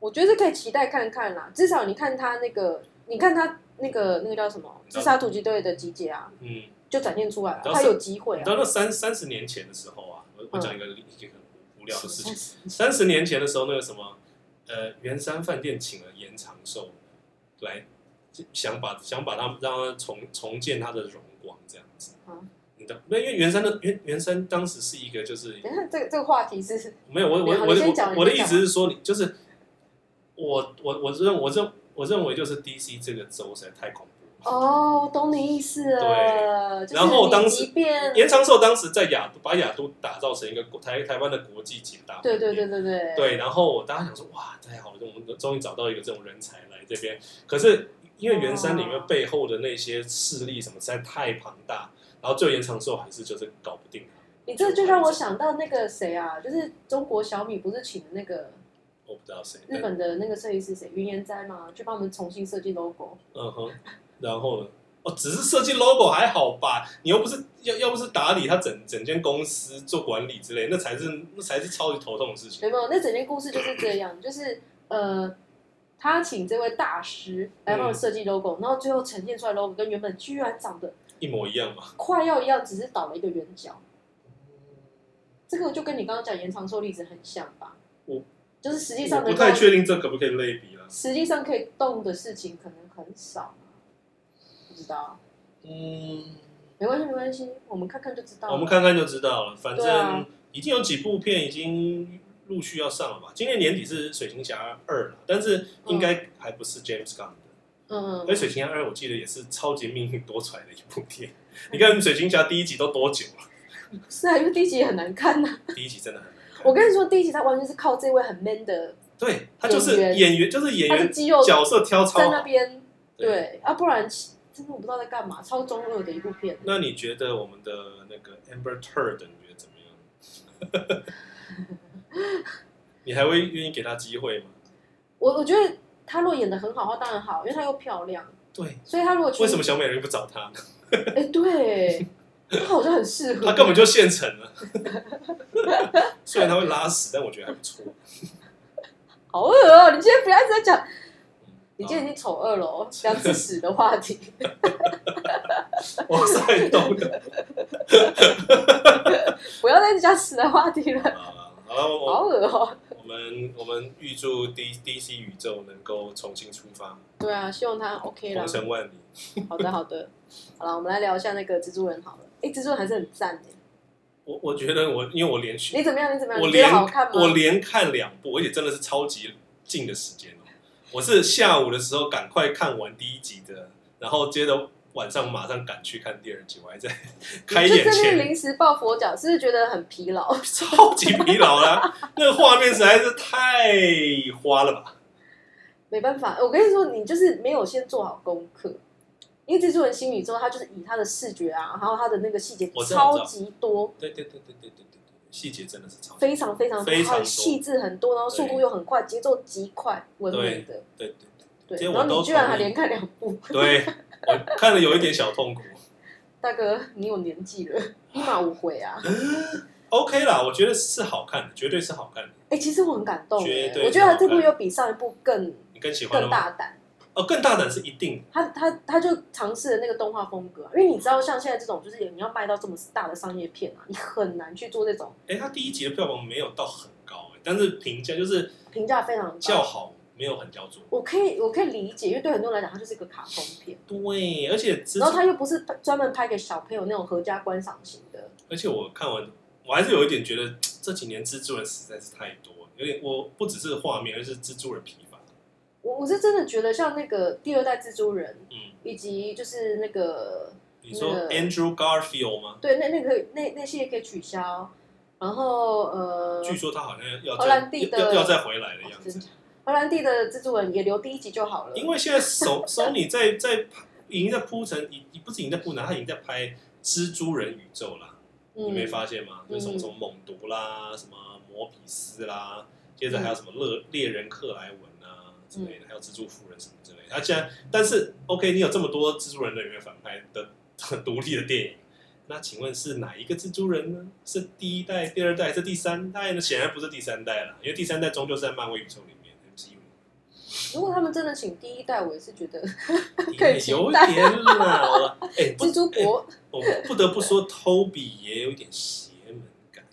S2: 我觉得是可以期待看看啦。至少你看他那个，你看他那个那个叫什么
S1: 你知道
S2: 自杀突击队的集结啊，
S1: 嗯，
S2: 就展现出来了，
S1: 你知道
S2: 他
S1: 是
S2: 有机会
S1: 你知道
S2: 啊。嗯
S1: 那三三十年前的时候啊，我我讲一个、一个很无聊的事情。
S2: 是
S1: 三十年前的时候，那个什么，呃，圆山饭店请了严长寿来，想把想把他们让他重重建他的荣光这样子。
S2: 啊
S1: 你懂？那因为圆山的圆圆山当时是一个就是
S2: 等一下，这个这个话题是
S1: 没有我
S2: 你
S1: 我
S2: 好
S1: 我
S2: 你
S1: 的
S2: 先讲
S1: 我我的
S2: 你
S1: 意
S2: 先
S1: 思是说，你就是我我我认我认我认为就是 DC 这个州实在太恐怖了。
S2: 哦，懂你意思了。就是
S1: 然后当时
S2: 你即便
S1: 严长寿当时在雅都把雅都打造成一个国台台湾的国际级的大饭
S2: 对对
S1: 店
S2: 对对对
S1: 对，然后我大家想说，哇，太好了，我们终于找到一个这种人才来这边。可是因为圆山里面
S2: 哦
S1: 背后的那些势力什么实在太庞大，然后最后延长寿还是就是搞不定。
S2: 你这就让我想到那个谁啊，就是中国小米不是请那个
S1: 我不知道谁，
S2: 日本的那个设计师谁云岩斋嘛，去帮我们重新设计 logo。
S1: 嗯哼，然后呢？哦，只是设计 logo 还好吧？你又不是要要不是打理他整整间公司做管理之类，那才是那才是超级头痛的事情。
S2: 没有，那整件故事就是这样，就是呃，他请这位大师来
S1: 嗯
S2: 帮我设计 logo，、然后最后呈现出来 logo 跟原本居然长得
S1: 一模一样嘛。
S2: 快要一样，只是倒了一个圆角。这个就跟你刚刚讲延长寿例子很像吧？
S1: 我
S2: 就是实际
S1: 我
S2: 上
S1: 不
S2: 能
S1: 太
S2: 够
S1: 确定这可不可以类比啦。
S2: 实际上可以动的事情可能很少，不知道，
S1: 嗯，
S2: 没关系没关系，我们看看就知道了。
S1: 我们看看就知道了。反
S2: 对啊
S1: 正已经有几部片已经陆续要上了吧？今年年底是《水行侠二》了，但是应该还不是 James Gunn 的。
S2: 嗯，
S1: 而《水行侠二》我记得也是超级命运多舛的一部片。你看《水行侠》第一集都多久
S2: [laughs]
S1: 了？
S2: 是啊，因为第一集也很难看呐、
S1: 第一集真的很难看。
S2: 我跟你说，第一集他完全是靠这位很 man 的，
S1: 对他就是
S2: 演员
S1: 演员，就是演
S2: 他的
S1: 员
S2: 肌肉
S1: 角色挑超
S2: 在那
S1: 好。
S2: 边，对啊，不然其真的我不知道在干嘛，超中二的一部片。
S1: 那你觉得我们的那个 Amber Turd 你觉得怎么样？ [laughs] 你还会愿意给他机会吗？
S2: 我我觉得他若演的很好的话，当然好，因为他又漂亮，
S1: 对，
S2: 所以他如果去
S1: 为什么？小美人鱼不找他？
S2: 哎、对，他好像很适合，
S1: 他根本就现成了。 [laughs] 虽然他会拉屎，但我觉得还不错。
S2: 好恶哦、你今天不要一直在讲，你
S1: 好
S2: 今天已经丑恶了哦，两次屎的话题。 [laughs]
S1: 哇塞，懂了。
S2: 不要再讲死的话题了，
S1: 好了，啊好了，我
S2: 好恶哦、
S1: 我们我们预祝 D D C 宇宙能够重新出发，
S2: 对啊，希望他 OK 啦
S1: 鹏。程万里。
S2: 好的，好的，好了，我们来聊一下那个蜘蛛人好了。哎、蜘蛛人还是很赞哎。
S1: 我我觉得我因为我连续
S2: 你怎么样？你怎么样？
S1: 我
S2: 你觉得
S1: 连
S2: 好看吗？
S1: 我连看两部，而且真的是超级近的时间哦。我是下午的时候赶快看完第一集的，然后接着晚上马上赶去看第二集，我还在开
S2: 你就
S1: 演
S2: 哎真的
S1: 前
S2: 临时抱佛脚，是不是觉得很疲劳？
S1: 超级疲劳啦、那个画面实在是太花了吧？
S2: 没办法，我跟你说，你就是没有先做好功课。因为蜘蛛人新宇宙，他就是以他的视觉啊，还有他的那个细节
S1: 我知道我知
S2: 超
S1: 道
S2: 级多，
S1: 对对对对对对对对，细节真的是超级
S2: 非常非常
S1: 非常多
S2: 很细致很多，然后速度又很快，节奏极快，文明的。
S1: 对对
S2: 对，
S1: 这我
S2: 然后
S1: 都
S2: 你居然
S1: 同
S2: 还
S1: 意
S2: 连看两部，
S1: 对，我看了有一点小痛苦。
S2: 大哥，你有年纪了，一马无悔啊！
S1: OK 啦，我觉得是好看的，绝对是好看的。
S2: 哎、其实我很感动
S1: 绝
S2: 哎，
S1: 对
S2: 我觉得他这部
S1: 好看
S2: 又比上一部更
S1: 你更喜欢了
S2: 更
S1: 吗？
S2: 大胆。
S1: 哦，更大胆是一定的。
S2: 他他他就尝试了那个动画风格啊、因为你知道，像现在这种就是你要卖到这么大的商业片啊，你很难去做这种
S1: 哎，它第一集的票房没有到很高、诶但是评价就是
S2: 评价非常
S1: 叫
S2: 高。
S1: 好，没有很叫座。
S2: 我可以我可以理解，因为对很多人来讲，它就是一个卡通片，
S1: 对，而且之
S2: 然后它又不是专门拍给小朋友那种合家观赏型的。
S1: 而且我看完，我还是有一点觉得这几年蜘蛛人实在是太多，有点我不只是画面，而是蜘蛛人疲乏。
S2: 我我是真的觉得像那个第二代蜘蛛人，
S1: 嗯，
S2: 以及就是那个
S1: 你说
S2: 那个
S1: Andrew Garfield 吗？
S2: 对那那个那那系列可以取消，然后呃，
S1: 据说他好像要
S2: 荷
S1: 再
S2: 兰弟的
S1: 要要要再回来的
S2: 哦
S1: 样
S2: 真假
S1: 子，
S2: 荷兰弟的蜘蛛人也留第一集就好了，
S1: 因为现在手 [laughs] 手你在在已经在铺陈，已已不是已经在铺陈，他已经在拍蜘蛛人宇宙啦。
S2: 嗯
S1: 你没发现吗？就是什么
S2: 嗯
S1: 什么猛毒啦，什么摩比斯啦，接着还
S2: 嗯
S1: 有什么猎猎人克莱文啊之类的，还有蜘蛛夫人什么之类的。他现在，但是 OK，你有这么多蜘蛛人的里面反派的独立的电影，那请问是哪一个蜘蛛人呢？是第一代、第二代，还是第三代呢？显然不是第三代了，因为第三代终究是在漫威宇宙里面 MCU
S2: [laughs] 如果他们真的请第一代，我也是觉得
S1: 里
S2: 可以
S1: 面
S2: 期
S1: 有
S2: 待
S1: 点老了。哎、不
S2: [laughs] 蜘，蛛国，
S1: 我不得不说，Toby 也有点邪门感。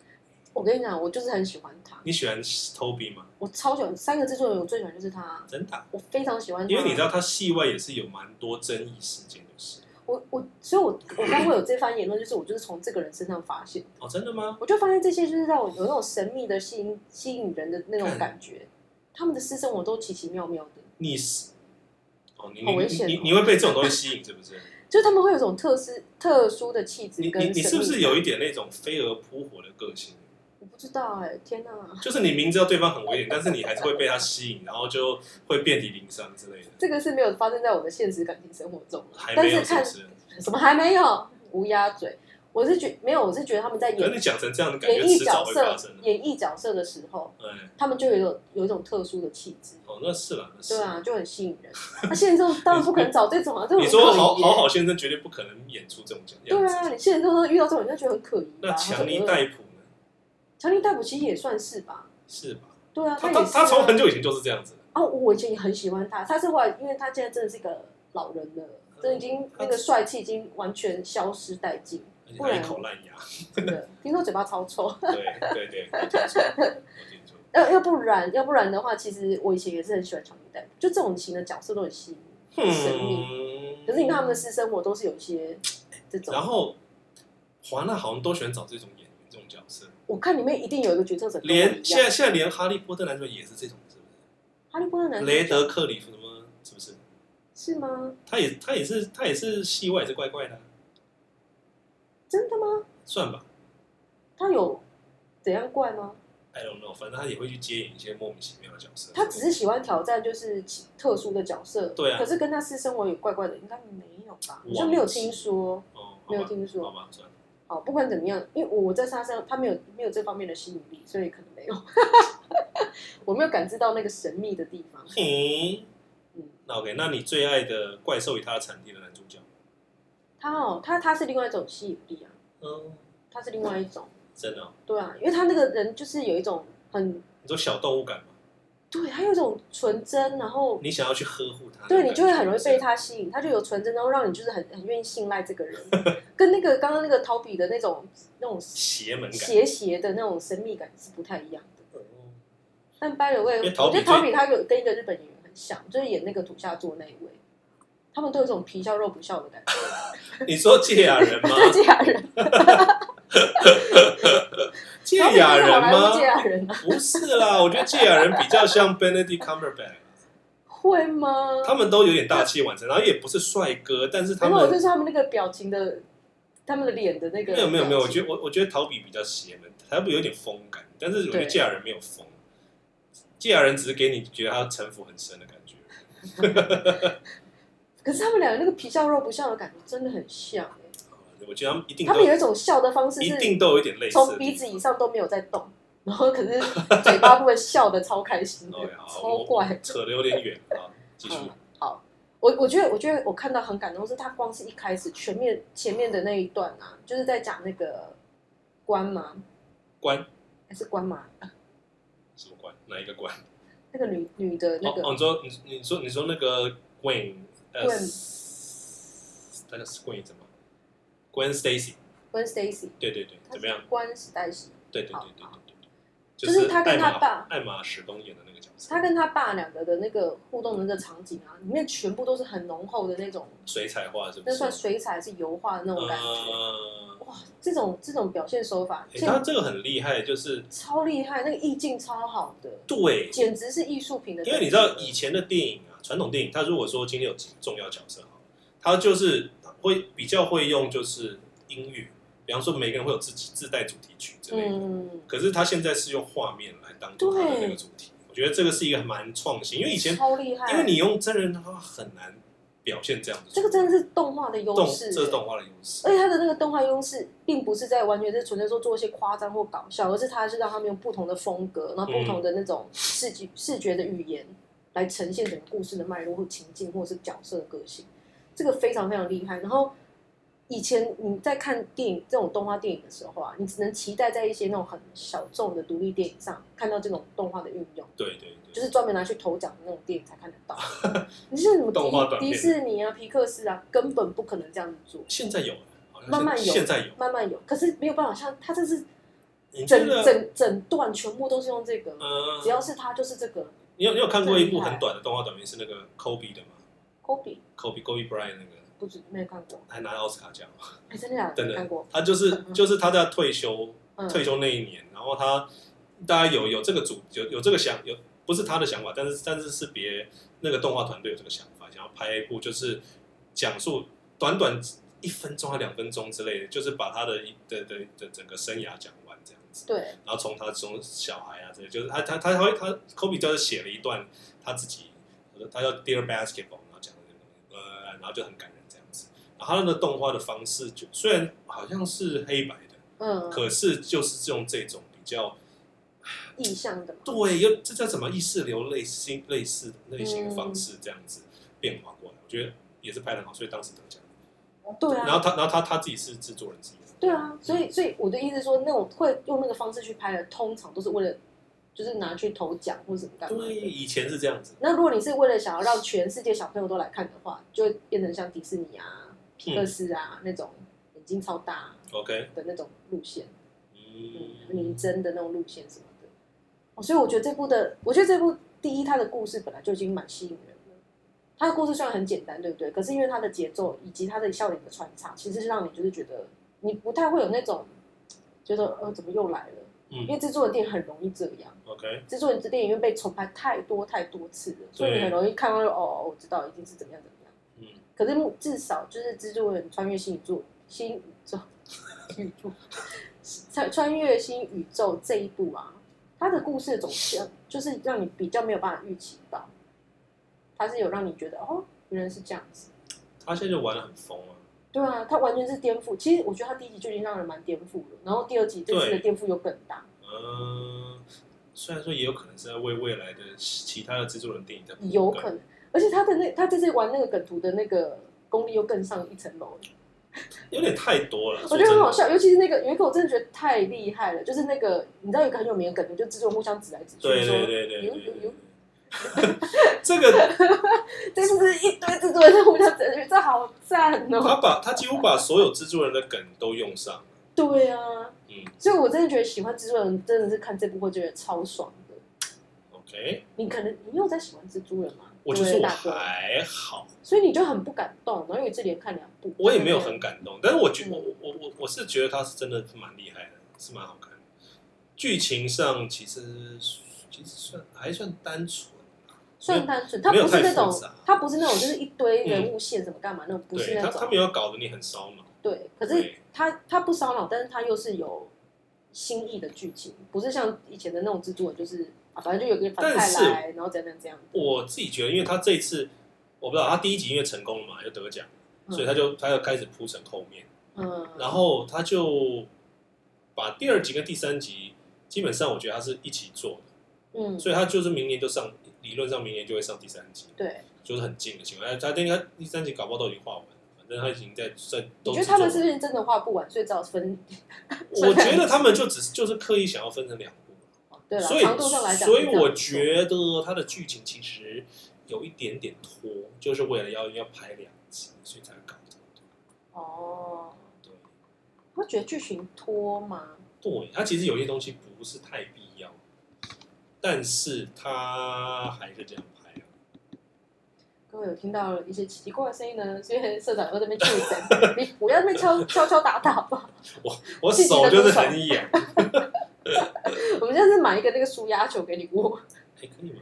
S2: 我跟你讲，我就是很喜欢他，
S1: 你喜欢 Toby 吗？
S2: 我超喜欢三个蜘蛛人，我最喜欢就是他，
S1: 真的啊、
S2: 我非常喜欢他。
S1: 因为你知道他戏外也是有蛮多争议事件的事。
S2: 我我，所以我我刚会有这番言论，就是我就是从这个人身上发现，
S1: 哦，真的吗？
S2: 我就发现这些就是让我有那种神秘的吸引吸引人的那种感觉，他们的私生活都奇奇妙妙的，
S1: 你是哦，你
S2: 好
S1: 你
S2: 危
S1: 你
S2: 险哦
S1: 你你会被这种东西吸引，是
S2: [laughs]
S1: 不是？
S2: 就是他们会有一种特殊特殊的气质
S1: 你
S2: 跟
S1: 你你是不
S2: 神
S1: 是
S2: 秘
S1: 有一点那种飞蛾扑火的个性？
S2: 我不知道哎、天哪、
S1: 就是你明知道对方很危险，但是你还是会被他吸引，然后就会遍体鳞伤之类的。
S2: 这个是没有发生在我的现实感情生活中啊
S1: 还
S2: 但
S1: 没
S2: 是
S1: 有，是
S2: 看
S1: 不是？
S2: 什么还没有？乌鸦嘴，我是觉没有，我是觉得他们在
S1: 可是
S2: 演
S1: 你讲成这样的感觉，
S2: 演绎
S1: 迟
S2: 角
S1: 早会发
S2: 色
S1: 生的。
S2: 演绎角色的时候，
S1: 哎，
S2: 他们就有有一种特殊的气质，
S1: 哦，那是啦，那是。
S2: 对啊，就很吸
S1: [laughs]
S2: 引人。那现在这种当然不可能找这种啊，这种
S1: 你说
S2: 很可疑
S1: 好
S2: 耶
S1: 好好先生绝对不可能演出这种样
S2: 对
S1: 子。
S2: 啊，你现在都遇到这种，你就觉得很可疑吧。
S1: 那强尼
S2: 他怎么会
S1: 戴普呢？
S2: 强尼戴普其实也算是吧，
S1: 是吧？
S2: 对啊，
S1: 他
S2: 也
S1: 他
S2: 是、啊、
S1: 他从很久以前就是这样子的。
S2: 啊，我以前也很喜欢他，他是后来，因为他现在真的是一个老人了，真的已经那个帅气已经完全消失殆尽，
S1: 而且
S2: 不
S1: 他
S2: 然
S1: 一口烂牙，
S2: 真的。听说嘴巴超臭， [laughs]
S1: 对对对，我听说，我听说，
S2: 要要不然要不然的话，其实我以前也是很喜欢乔尼戴普，就这种型的角色都很吸引我。神
S1: 嗯，
S2: 可是你看他们的私生活都是有一些这种
S1: 然，后华纳好像都喜欢找这种演员这种角色，
S2: 我看里面一定有一个角色怎么
S1: 连现在现在连哈利波特男主角也是这种，是不
S2: 哈利波特男
S1: 是？
S2: 主角
S1: 雷德克里夫什么是不是？
S2: 是吗？
S1: 他也他也是他也是戏外也是怪怪的啊、
S2: 真的吗？
S1: 算吧
S2: 他有怎样怪吗？
S1: ，I don't know，反正他也会去接演一些莫名其妙的角色。
S2: 他只是喜欢挑战，就是其特殊的角色。
S1: 对啊
S2: 可是跟他私生活有怪怪的，应该没有
S1: 忘
S2: 吧？我
S1: 记
S2: 就没有听说。
S1: 哦，好吧
S2: 没有听
S1: 好
S2: 说。
S1: 吧，算了，
S2: 好，不管怎么样，因为我在他身上，他没有没有这方面的吸引力，所以可能没有。 [laughs] 我没有感知到那个神秘的地方。
S1: 嘿，
S2: 嗯，
S1: 那 OK，那你最爱的怪兽与他的产地的男主角？
S2: 他哦，他他是另外一种吸引力啊，
S1: 嗯，
S2: 他是另外一种。
S1: 真的哦、
S2: 对啊，因为他那个人就是有一种很
S1: 你说小动物感吗？
S2: 对，他有一种纯真，然后
S1: 你想要去呵护它，
S2: 对你就会很容易被
S1: [laughs]
S2: 他吸引，他就有纯真，然后让你就是很很愿意信赖这个人，跟那个刚刚那个陶比的那种那种
S1: 邪门感。
S2: 邪邪的那种神秘感是不太一样
S1: 哦
S2: 的。但 by the way，
S1: 因
S2: 我
S1: 为陶
S2: 觉
S1: 比
S2: 得陶比他有跟一个日本演员很像，就是演那个土下座那一位，他们都有这种皮笑肉不笑的感觉，
S1: 你说芥雅
S2: [laughs]
S1: 人吗？
S2: 对这样人，
S1: 芥
S2: 陶比
S1: 雅
S2: 就是
S1: 人
S2: 好莱坞这
S1: 吗？
S2: 样人啊，
S1: 不是啦，我觉得芥雅人比较像 Benedict Cumberbatch，
S2: 会吗？
S1: 他们都有点大器晚成，然后也不是帅哥，但是他
S2: 然后我就
S1: 们
S2: 是他们哎那个表情的，他们的脸的那个
S1: 没有没有没有，我
S2: 表情
S1: 觉得我我觉得陶比比较邪门，他比有点疯感，但是我觉得
S2: 对
S1: 芥雅人没有疯，芥雅人只是给你觉得他城府很深的感觉。
S2: 可是他们两个那个皮笑肉不笑的感觉真的很像、欸。
S1: 好吧我觉得他们一定
S2: 他们有
S1: 都
S2: 一种笑的方式
S1: 一
S2: 是
S1: 定都有一点类似的地
S2: 从
S1: 方，
S2: 鼻子以上都没有在动，然后可是
S1: [laughs]
S2: 嘴巴部分笑的超开心的
S1: OK，，好，
S2: 超
S1: 我
S2: 怪。
S1: 扯的有点远啊，好继续。
S2: 嗯好，我我觉得我觉得我看到很感动，是他光是一开始全面前面的那一段啊，就是在讲那个关嘛，
S1: 关
S2: 还是关嘛，
S1: 什么关？哪一个关？
S2: 那个女女的那
S1: 哦，哦
S2: 个
S1: 你说你你说你说那个 Gwen，呃
S2: Gwen，
S1: 那个是 Gwen 怎么？Gwen Stacy，
S2: 关 Stacy，
S1: 对对对，
S2: 她
S1: 怎
S2: 是
S1: 么样？
S2: 关史黛西，
S1: 对对对
S2: 好
S1: 对对
S2: 好
S1: 对对，
S2: 就是他跟
S1: 艾玛
S2: 他爸
S1: 艾玛史东演的那个角色，
S2: 他跟他爸两个的那个互动的那个场景啊，里面全部都是很浓厚的那种，
S1: 水彩画是不
S2: 那
S1: 是？
S2: 算水彩还是油画的那种感觉。
S1: 呃，
S2: 哇，这种这种表现手法，
S1: 诶
S2: 现
S1: 他这个很厉害，就是
S2: 超厉害，那个意境超好的，
S1: 对，
S2: 简直是艺术品的等级。
S1: 因为你知道以前的电影啊，传统电影，它如果说今天有几个重要角色，它就是会比较会用就是音乐，比方说每个人会有自己自带主题曲之类的。
S2: 嗯，
S1: 可是它现在是用画面来当做它的那个主题，我觉得这个是一个蛮创新，因为以前
S2: 超厉害，
S1: 因为你用真人的话很难表现这样子，
S2: 这个真的是欸动画的优
S1: 动
S2: 势，
S1: 这是动画的优势
S2: 而，且它的那个动画优势，并不是在完全是纯粹说做一些夸张或搞笑，而是它是让他们用不同的风格，然后不同的那种视觉、视觉的语言来呈现整个故事的脉络或情境，或者是角色的个性，这个非常非常厉害。然后以前你在看电影这种动画电影的时候啊，你只能期待在一些那种很小众的独立电影上看到这种动画的运用。
S1: 对对对，
S2: 就是专门拿去投奖的那种电影才看得
S1: [laughs]
S2: 到，你是什么
S1: 动画短
S2: 迪
S1: 片
S2: 迪士尼啊、皮克斯啊，根本不可能这样子做。
S1: 现在有了，好像
S2: 慢慢有
S1: 现在有，
S2: 慢慢有，可是没有办法，像他这是
S1: 你真
S2: 整
S1: 的
S2: 整整段全部都是用这个，
S1: 呃
S2: 只，要是他就是这个
S1: 你有你有看过一部很短的动画短片是那个 Kobe 的吗
S2: Kobe，
S1: ？Kobe Kobe Bryant 那个。
S2: 不知没有看过，
S1: 还拿奥斯卡奖，
S2: 哎，真的假的？
S1: 真
S2: 没
S1: 的
S2: 看过，
S1: 他就是就是他在退休
S2: 嗯，
S1: 退休那一年，然后他大家有有这个主有有这个想有不是他的想法，但是但是是别那个动画团队有这个想法，想要拍一部就是讲述短短一分钟还两分钟之类的，就是把他的一的的的整个生涯讲完这样子。
S2: 对，
S1: 然后从他从小孩啊之类，就是他他他他他 Kobe 就是写了一段他自己，他叫 Dear Basketball，然后讲的这个东西，呃，然后就很感人这样子。他那个动画的方式就虽然好像是黑白的，
S2: 嗯，
S1: 可是就是用这种比较
S2: 意向的嘛，
S1: 对，又这叫什么意识流类型类似类型的方式这样子变化过来，我觉得也是拍的好，所以当时得奖。
S2: 对
S1: 然后
S2: 啊，
S1: 他，然后他他自己是制作人之一。
S2: 对啊，所以所以我的意思是说，那种会用那个方式去拍的，通常都是为了就是拿去投奖或什么干嘛
S1: 对，
S2: 的。
S1: 嗯以前是这样子。
S2: 那如果你是为了想要让全世界小朋友都来看的话，就会变成像迪士尼啊、皮克
S1: 嗯
S2: 斯啊、那种眼睛超大
S1: ，OK，
S2: 的那种路线。嗯，
S1: 嗯
S2: 明，侦的那种路线什么的。哦，所以我觉得这部的，我觉得这部第一它的故事本来就已经蛮吸引人了。它的故事虽然很简单，对不对？可是因为它的节奏以及它的笑点的穿插，其实是让你就是觉得你不太会有那种觉得呃怎么又来了，因为
S1: 嗯
S2: 制作人电影很容易这样。
S1: ，OK，
S2: 制作人的电影院被重拍太多太多次了，所以你
S1: 对
S2: 很容易看到就哦，我知道一定是怎么样怎么样。
S1: 嗯，
S2: 可是至少就是蜘蛛人穿越新宇宙，新宇宙宇宙，穿穿越新宇宙这一部啊，它的故事的走向就是让你比较没有办法预期到，它是有让你觉得哦，原来是这样子。
S1: 他现在就玩的很疯啊。
S2: 对啊，它完全是颠覆。其实我觉得它第一集就已经让人蛮颠覆了，然后第二集这次的
S1: 对
S2: 颠覆又更大。
S1: 嗯，虽然说也有可能是在为未来的其他的制作人电影在铺梗
S2: 有可能，而且他的那他这次玩那个梗图的那个功力又更上一层楼，
S1: 有点太多了。
S2: 我觉得很好
S1: 说
S2: 笑。尤其是那个有一个我真的觉得太厉害了，就是那个你知道有一个很有名的梗图，就制作人互相指来指去
S1: 真的。对
S2: 说，
S1: 对对对
S2: 有
S1: 对
S2: 有
S1: 对
S2: 有，
S1: [laughs] 这个
S2: 这是不是一堆制作人在互相指来指去？这好赞
S1: 他
S2: 哦！
S1: 把他几乎把所有制作人的梗都用上了。
S2: 对啊，
S1: 嗯
S2: 所以我真的觉得喜欢制作人真的是看这部会觉得超爽的。
S1: ，OK，
S2: 你可能你有在喜欢蜘蛛人吗？
S1: 我就说
S2: 对
S1: 我
S2: 大哥，
S1: 还好。
S2: 所以你就很不感动，然后有一次连看两部，
S1: 我也没有很感动，但是我觉
S2: 嗯
S1: 我我我我我是觉得他是真的蛮厉害的，是蛮好看的。剧情上其实其实算还算单纯，
S2: 算单纯，它
S1: 没有
S2: 不是
S1: 太
S2: 那种
S1: 复杂，嗯
S2: 它不是那种就是一堆人物线什么干嘛那种，不是
S1: 对
S2: 那
S1: 他他
S2: 种
S1: 们。要搞得你很烧脑，
S2: 对，可是
S1: 对
S2: 它它不烧脑，但是它又是有新意的剧情，不是像以前的那种蜘蛛人，就是啊，反正就有个反
S1: 但
S2: 派
S1: 是
S2: 来，然后怎样怎样怎样。
S1: 我自己觉得，因为他这一次我不知道他第一集因为成功了嘛，就得奖，
S2: 嗯
S1: 所以他就他就开始铺陈后面，
S2: 嗯，
S1: 然后他就把第二集跟第三集基本上我觉得他是一起做的，
S2: 嗯，
S1: 所以他就是明年就上，理论上明年就会上第三集。
S2: 对，
S1: 就是很近的情况。他他应该第三集搞不好都已经画完了，反正他已经在在
S2: 你
S1: 都
S2: 觉
S1: 制作
S2: 得他
S1: 完
S2: 们是不是真的画不完，所以只好分？
S1: 我觉得他们就只是就是刻意想要分成两部，
S2: 对了，
S1: 所
S2: 长度上来
S1: 以
S2: 讲，
S1: 所以我
S2: 得
S1: 觉得他的剧情其实有一点点拖，就是为了要要拍两集，所以才搞这么多。
S2: 哦，
S1: 对，
S2: 我觉得剧情拖嘛，
S1: 对，他其实有些东西不是太必要，但是他还是这样拍啊。
S2: 各位有听到一些奇奇怪怪的声音呢，是因为社长又在那边确诊，你不要在那边敲敲敲打打吧。
S1: 我
S2: 自己的
S1: 手就是
S2: 多少
S1: 很痒，
S2: 我们下次买一个那个舒压球给你握，
S1: 还哎可以吗？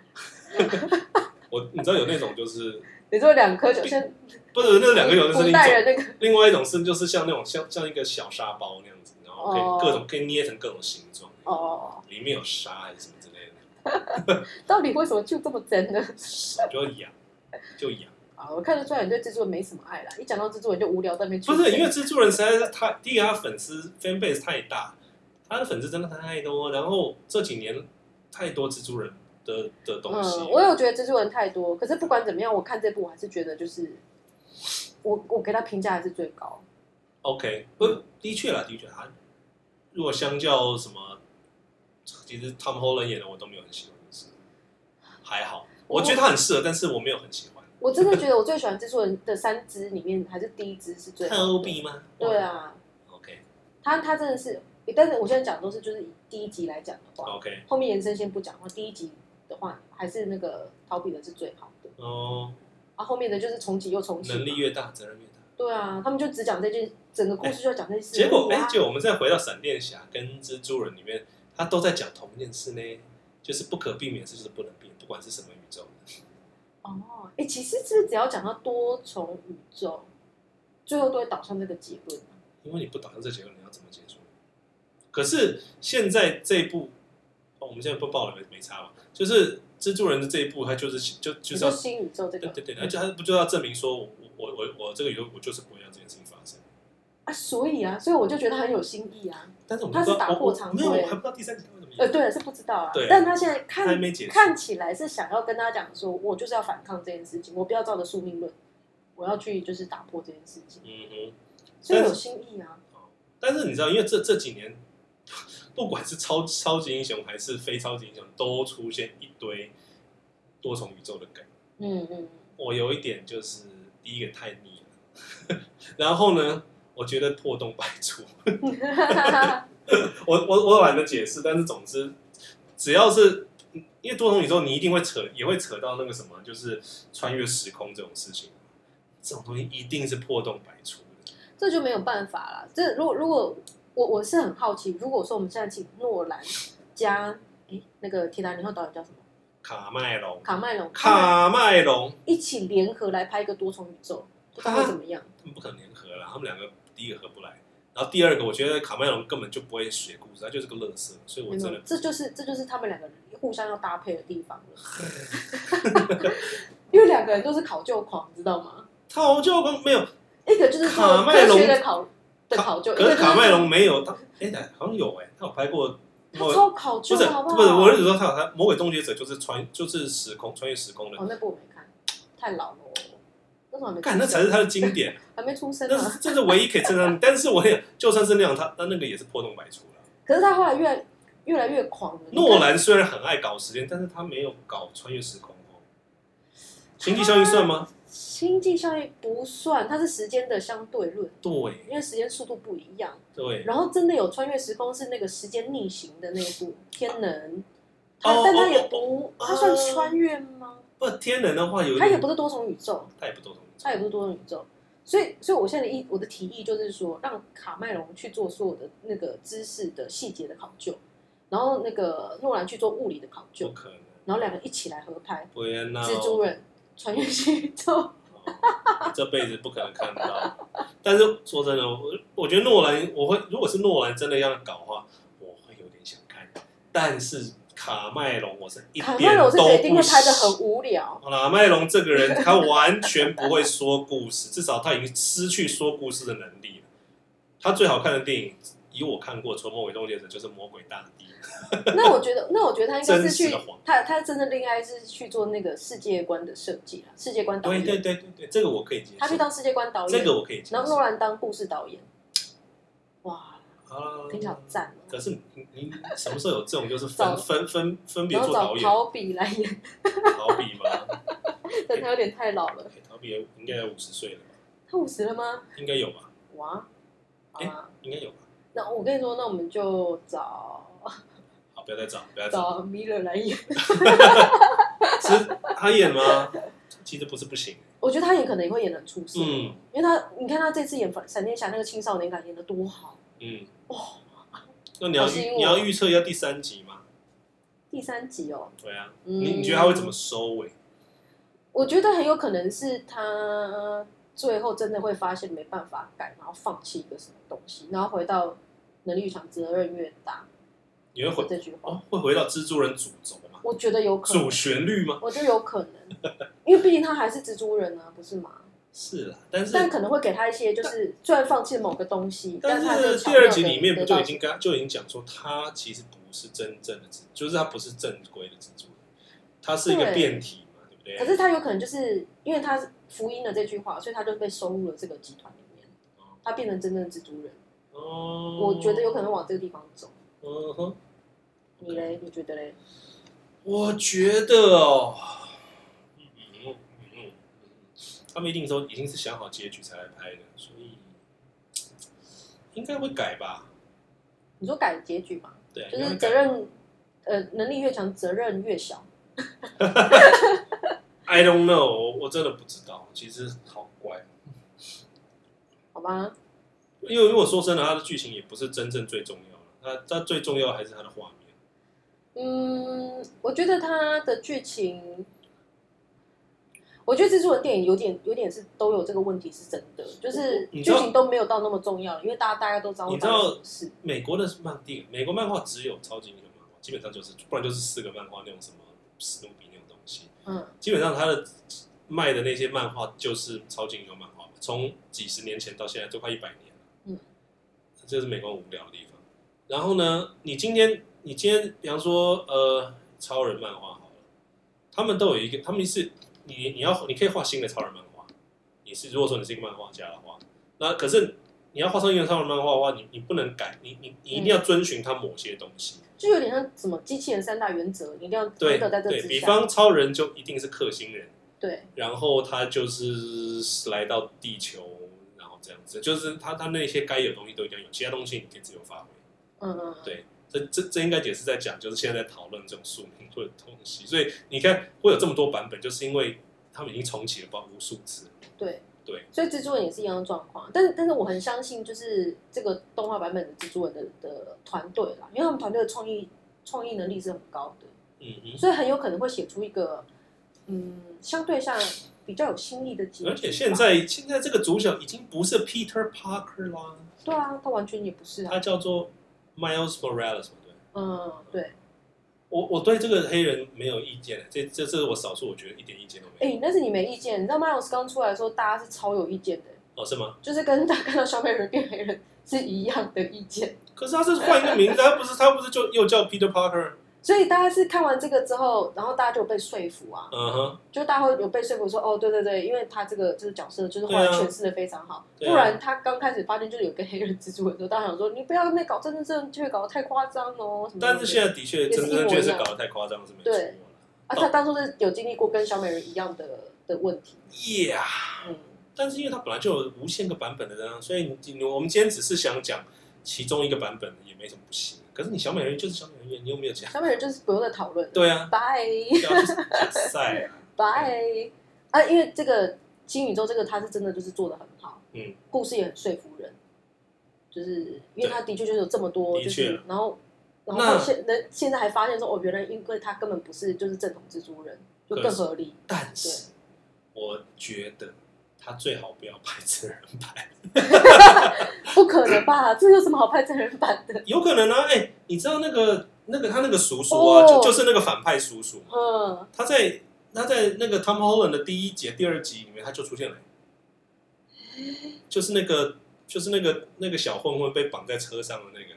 S1: 我你知道有那种就是
S2: 你做两颗球，先
S1: 不是那两个有的是
S2: 古
S1: 另一
S2: 代
S1: 种
S2: 人。那个
S1: 另外一种是就是像那种像像一个小沙包那样子，然后可以
S2: 哦
S1: 各种、可以捏成各种形状，
S2: 哦，
S1: 里面有沙还是什么之类的，
S2: 到底为什么就这么真呢？ [laughs]
S1: 手就痒，就痒。
S2: 啊，我看得出来你对制作人没什么爱啦，一讲到制作人就无聊在那边去
S1: 不
S2: 整。
S1: 是因为蜘蛛人实在是太，第一个他粉丝 fan base 太大，他的粉丝真的太多，然后这几年太多蜘蛛人的的东西。
S2: 嗯，我有觉得制作人太多，可是不管怎么样，我看这部我还是觉得就是我我给他评价还是最高。
S1: OK，不，的确啦，的确，他如果相较什么，其实 Tom Holland 演的我都没有很喜欢，就是还好，我觉得他很适合，但是我没有很喜欢。
S2: 我真的觉得我最喜欢制作人的三支里面，还是第一支是最好的。
S1: 特币吗？
S2: 对啊，
S1: ，OK
S2: 他他真的是，但是我现在讲都是就是以第一集来讲的话，
S1: OK，
S2: 后面延伸先不讲的话，第一集的话还是那个逃避的是最好的，
S1: 哦，
S2: 啊后面的就是重启又重启嘛，
S1: 能力越大，责任越大。
S2: 对啊，他们就只讲这件，整个故事就要讲这件事。
S1: 结果，
S2: 哇
S1: 哎，结果我们再回到闪电侠跟蜘蛛人里面，他都在讲同一件事呢，就是不可避免的事，就是不能避免，不管是什么宇宙。
S2: 哦，哎，其实是不是只要讲到多重宇宙，最后都会导向这个结论？啊
S1: 因为你不打算这结论，你要怎么结束？可是现在这一部，哦，我们现在不爆了没没差嘛？就是蜘蛛人的这一步，他就是就就是
S2: 就
S1: 要
S2: 是新宇宙这
S1: 对
S2: 个，嗯
S1: 对对，而且他不就要证明说我我我我我这个宇宙我就是不会让这件事情发生。
S2: 啊，所以啊，所以我就觉得很有新意啊。
S1: 但是我们
S2: 他
S1: 不
S2: 是
S1: 知道，
S2: 打
S1: 我
S2: 破
S1: 我
S2: 常
S1: 没有，
S2: 规
S1: 我还不知道第三集会怎么
S2: 呃，
S1: 演。
S2: 对，是不知道啊。
S1: 对
S2: 但他现在
S1: 还
S2: 看
S1: 没解释
S2: 看起来是想要跟大家讲说，我就是要反抗这件事情，我不要照着宿命论，我要去就是打破这件事情，
S1: 嗯哼。
S2: 所以
S1: 但是
S2: 有新意啊。
S1: 但是你知道，因为这这几年， [laughs] 不管是超超级英雄还是非超级英雄，都出现一堆多重宇宙的梗。
S2: 嗯
S1: [laughs]
S2: 嗯，
S1: 我有一点就是第一个太腻了， [laughs] 然后呢，我觉得破洞百出。
S2: 嗯
S1: 我我我懒得解释，但是总之，只要是因为多重宇宙，你一定会扯，也会扯到那个什么，就是穿越时空这种事情，这种东西一定是破洞百出的。
S2: 这就没有办法了。这如果如果我我是很好奇，如果说我们现在请诺兰加诶那个铁达尼号导演叫什么
S1: 卡麦隆，
S2: 卡麦隆他们
S1: 卡麦隆，
S2: 一起联合来拍一个多重宇宙，他会怎么样？
S1: 他们不可能联合啦，他们两个第一个合不来，然后第二个，我觉得卡麦隆根本就不会写故事，他就是个乐色，所以我
S2: 没
S1: 真
S2: 有
S1: 的，
S2: 这就是这就是他们两个人互相要搭配的地方了，
S1: [laughs]
S2: 因为两个人都是考究狂，知道吗？
S1: 讨教光没有，
S2: 一个就是
S1: 卡
S2: 做
S1: 麦
S2: 科
S1: 隆
S2: 学的考的考究，一
S1: 可
S2: 个
S1: 是
S2: 就
S1: 卡麦隆没有他，哎、好像有哎、他有拍过
S2: 他
S1: 某。
S2: 超考
S1: 不
S2: 究
S1: 是
S2: 的，好
S1: 不
S2: 好？
S1: 是，我是说他有他《魔鬼终结者》就是穿就是时空穿越时空的
S2: 哦，那部我没看，太老了，哦那时候还没出
S1: 干，
S2: 生
S1: 那才是他的经典，
S2: 还没出生啊
S1: 那
S2: 呢。
S1: 是这是唯一可以称上。但是我也就算是那样，他那那个也是破洞百出了。
S2: 可是他后来越来越来越狂了。
S1: 诺兰虽然很爱搞时间，但是他没有搞穿越时空哦。星际效应算吗？
S2: 《星际效应》不算，它是时间的相对论，
S1: 对
S2: 因为时间速度不一样。
S1: 对，
S2: 然后真的有穿越时空，是那个时间逆行的那一部《天能》它，
S1: 哦
S2: 但它
S1: 哦
S2: 也不，它算穿越吗？
S1: 不天能的话有一
S2: 它也
S1: 点，
S2: 不是多重宇宙，
S1: 他也不多懂。
S2: 它也不是多重宇宙。所以，所以我现在的意，我的提议就是说，让卡麦隆去做所有的那个知识的细节的考究，然后那个诺兰去做物理的考
S1: 不
S2: 究，
S1: 可能，
S2: 然后两个一起来合拍
S1: 不会闹
S2: 《蜘蛛人》穿越宇宙。
S1: 哦这辈子不可能看到。但是说真的，我我觉得诺兰，我会如果是诺兰真的要搞的话，我会有点想看。但是卡麦隆，我是 [laughs] 一
S2: 卡
S1: 点
S2: 麦
S1: 都
S2: 隆是决定
S1: 不
S2: 会拍的
S1: 喜 [laughs]
S2: 很无聊，
S1: 好啦，麦隆这个人，他完全不会说故事，至少他已经失去说故事的能力了。他最好看的电影，以我看过《除魔鬼终结者》就是《魔鬼大帝》，
S2: 那我觉得，那我觉得他应该是
S1: 真实
S2: 去
S1: 的谎
S2: 他他真的恋爱是去做那个世界观的设计啊，世界观导
S1: 对
S2: 演，
S1: 对对对对，这个我可以接
S2: 他去
S1: 受，
S2: 当世界观导演，
S1: 这个我可以接
S2: 然后诺
S1: 受。
S2: 兰当故事导演，哇，
S1: 啊
S2: 听起来好赞哦。
S1: 可是你你什么时候有这种就是
S2: 找
S1: 分分分分别
S2: 然后
S1: 做导
S2: 找
S1: 演
S2: 陶比来演， [laughs]
S1: 逃避吗？ [laughs] 欸
S2: 但他有点太老了，
S1: 逃避应该五十岁了吧，
S2: 他五十了吗？
S1: 应该有吧？
S2: 哇，好啊，
S1: 应该有吧？
S2: 那我跟你说，那我们就找
S1: 好，不要再找，不要再找。
S2: 找米勒来演，
S1: 其实他演吗？其实不是不行。
S2: 我觉得他也可能也会演的出色，
S1: 嗯
S2: 因为他你看他这次演闪闪电侠那个青少年感演的多好。
S1: 嗯。
S2: 哇
S1: 那你要
S2: 好吸
S1: 预
S2: 引我
S1: 你要预测一下第三集嘛？
S2: 第三集哦，
S1: 对啊，
S2: 嗯、
S1: 你你觉得他会怎么？收尾？
S2: 我觉得很有可能是他最后真的会发现没办法改，然后放弃一个什么东西，然后回到能力越强，责任越大
S1: 你会回
S2: 这句话，
S1: 哦会回到蜘蛛人主轴吗？
S2: 我觉得有可能
S1: 主，旋律吗？
S2: 我觉得有可能，因为毕竟他还是蜘蛛人啊，不是吗？
S1: 是啊，但是
S2: 但可能会给他一些，就是虽然放弃某个东西，但
S1: 但
S2: 他
S1: 是
S2: 巧
S1: 第
S2: 妙
S1: 二
S2: 地
S1: 集里面不就已
S2: 得
S1: 经跟就已经讲说，他其实不是真正的蜘，就是他不是正规的蜘蛛人，他是一个
S2: 对
S1: 变体嘛，对不对？
S2: 到？可是他有可能就是因为他福音了这句话，所以他就被收入了这个集团里面，他变成真正的蜘蛛人。
S1: 哦，
S2: 我觉得有可能往这个地方走。
S1: 嗯哼，
S2: 你嘞？你觉得嘞？
S1: 我觉得哦，嗯嗯嗯嗯嗯，他们一定都已经是想好结局才来拍的，所以应该会改吧？
S2: 你说改结局嘛，
S1: 对啊，
S2: 就
S1: 应该
S2: 是
S1: 会
S2: 责
S1: 改
S2: 任，呃，能力越强，责任越小。
S1: I don't know，我我真的不知道，其实好怪，哦
S2: 好吧，
S1: 因为如果说真的，它的剧情也不是真正最重要的，它它最重要还是它的画面。
S2: 嗯，我觉得他的剧情，我觉得蜘蛛人电影有点有点是都有这个问题，是真的，就是
S1: 你
S2: 剧
S1: 知道
S2: 情都没有到那么重要了，因为大家大家都知道会
S1: 你知
S2: 发生什
S1: 道
S2: 么事。
S1: 美国的漫电影，美国漫画只有超级英雄漫画，基本上就是不然就是四个漫画那种什么史努比那种东西，
S2: 嗯
S1: 基本上它的卖的那些漫画就是超级英雄漫画嘛，从几十年前到现在都快一百年了。
S2: 嗯，
S1: 这是美国无聊的地方。然后呢，你今天你今天比方说呃超人漫画好了，他们都有一个，他们是你你要你可以画新的超人漫画，你是如果说你是一个漫画家的话，那可是你要画成一个超人漫画的话，你你不能改，你你你一定
S2: 嗯
S1: 要遵循它某些东西。
S2: 就有点像什么机器人三大原则，你一定要
S1: 对
S2: 真的在这
S1: 对
S2: 之
S1: 比
S2: 下。
S1: 方超人就一定是克星人。
S2: 对，
S1: 然后他就是来到地球，然后这样子，就是他他那些该有的东西都一定要有，其他东西你可以自由发挥。
S2: 嗯嗯，嗯
S1: 对这这这应该也是在讲，就是现在在讨论这种宿命论的东西。所以你看会有这么多版本，就是因为他们已经重启了不知道无数次了。
S2: 对
S1: 对，
S2: 所以蜘蛛人也是一样的状况，但但是我很相信就是这个动画版本的蜘蛛人的的团队啦，因为他们团队的创意创意能力是很高的，
S1: 嗯哼，
S2: 所以很有可能会写出一个嗯相对上比较有新意的结局吧。
S1: 而且现在现在这个主角已经不是 Peter Parker 啦，
S2: 对啊，他完全也不是
S1: 他
S2: 啊，
S1: 叫做 Miles Morales 嘛，对。
S2: 嗯，对，
S1: 我我对这个黑人没有意见，这这这是我少数我觉得一点意见都没有。
S2: 哎，但是你没意见，你知道 Miles 刚出来的时候，大家是超有意见的，
S1: 哦，是吗？
S2: 就是跟他 [laughs] 看到小美人变黑人是一样的意见。
S1: 可是他是换一个名字，他不是他不是就又叫 Peter Parker？
S2: 所以大家是看完这个之后，然后大家就有被说服啊，
S1: 嗯哼，
S2: 就大家会有被说服说，哦，对对对，因为他这个这个角色就是后
S1: 对啊
S2: 来诠释的非常好，
S1: 对啊
S2: 不然他刚开始发现就是有个黑人蜘蛛的时候，大家想说你不要那搞政治正确，搞得太夸张哦什么什么的。
S1: 但是现在的确真真确是搞得太夸张，是没错
S2: 对啊，他当初是有经历过跟小美人一样的的问题，
S1: Yeah，
S2: 嗯，
S1: 但是因为它本来就有无限个版本的人啊，所以你你我们今天只是想讲其中一个版本，也没什么不行。可是你小美人鱼就是小美人鱼，你又没有讲。
S2: 小美人就是不用再讨论，
S1: 对啊，
S2: 拜
S1: 要去假赛啊，
S2: 拜啊，因为这个新宇宙这个他是真的就是做的很好，
S1: 嗯，
S2: 故事也很说服人，就是因为他的确就是有这么多，
S1: 的
S2: 就
S1: 确
S2: 是然后然
S1: 那
S2: 后现能现在还发现说哦，原来因为他根本不是就是正统蜘蛛人，就
S1: 对
S2: 更合理。
S1: 但是我觉得他最好不要拍真人版，
S2: 不可能吧？这有什么好拍真人版的？
S1: 有可能啊。哎、你知道那个那个他那个叔叔啊，就
S2: 哦
S1: 就是那个反派叔叔嘛。
S2: 嗯，
S1: 他在他在那个 Tom Holland 的第一节、第二集里面，他就出现了，就是那个就是那个那个小混混被绑在车上的那个，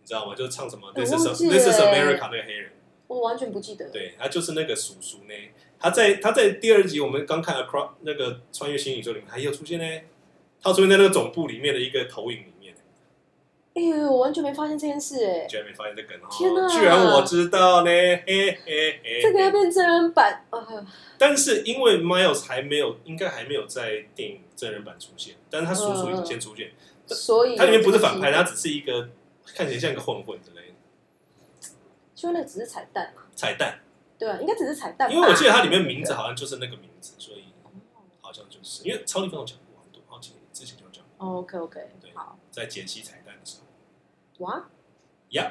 S1: 你知道吗？就是唱什么
S2: 哎
S1: This
S2: 我
S1: is
S2: 忘记了
S1: This is America 那个黑人，
S2: 我完全不记得。
S1: 对他就是那个叔叔呢。他在他在第二集我们刚看 Across 那个穿越新宇宙里面，他也有出现呢，他有出现在那个总部里面的一个投影里面，
S2: 哎呦，我完全没发现这件事哎
S1: 你，居然没发现这梗
S2: 天
S1: 哦！
S2: 哪
S1: 居然我知道呢，嘿嘿嘿。
S2: 这个要变真人版啊！
S1: 呃但是因为 Miles 还没有，应该还没有在电影真人版出现，但是他叔叔已经先出现，
S2: 所以
S1: 他里面不是反
S2: 有这
S1: 派，
S2: 个
S1: 他
S2: 机
S1: 只是一个看起来像一个混混之类
S2: 嗯
S1: 的
S2: 就那只是彩蛋嘛，
S1: 彩蛋，
S2: 对啊，应该只是彩蛋吧。啊
S1: 因为我记得它里面名字好像就是那个名字，所以好像就是因为超级粉有讲过很多，好像之前就有讲过，
S2: 哦 OK OK，
S1: 对
S2: 好
S1: 在解析彩蛋的时候，
S2: 哇，
S1: 呀、
S2: 啊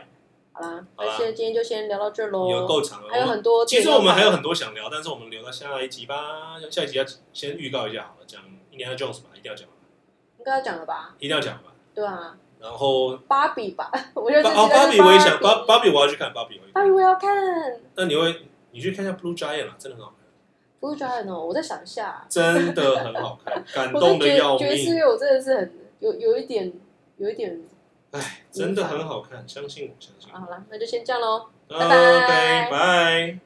S2: 好啦，
S1: 好啦
S2: 那现今天就先聊到这喽。
S1: 有够长了，
S2: 还有
S1: 我们
S2: 很多
S1: 其
S2: 电
S1: 实
S2: 影要
S1: 我
S2: 看，
S1: 们还有很多想聊，但是我们留到下一集吧，下一集要先预告一下好了，讲 Indiana Jones 吧，一定要讲吧，
S2: 应该要讲了吧？
S1: 一定要讲吧，
S2: 对啊，
S1: 然后
S2: 芭比吧， [laughs] 我觉得
S1: 芭
S2: 这
S1: 哦，芭比我也想，芭芭比我要去看芭比，我也
S2: 芭比我要看。
S1: 那你会你去看一下 Blue Giant 啦，真的很好看，
S2: 不是 Dragon 哦，我在想一下，
S1: 真的很好看，感
S2: 我
S1: 动
S2: 对
S1: 的
S2: 爵
S1: 要
S2: 爵士
S1: 命，
S2: 乐我真的是很有有一点有一点
S1: 哎，真的很好看，相信我，相信
S2: 啊，
S1: 我。
S2: 好啦，那就先这样喽。拜拜
S1: 拜拜。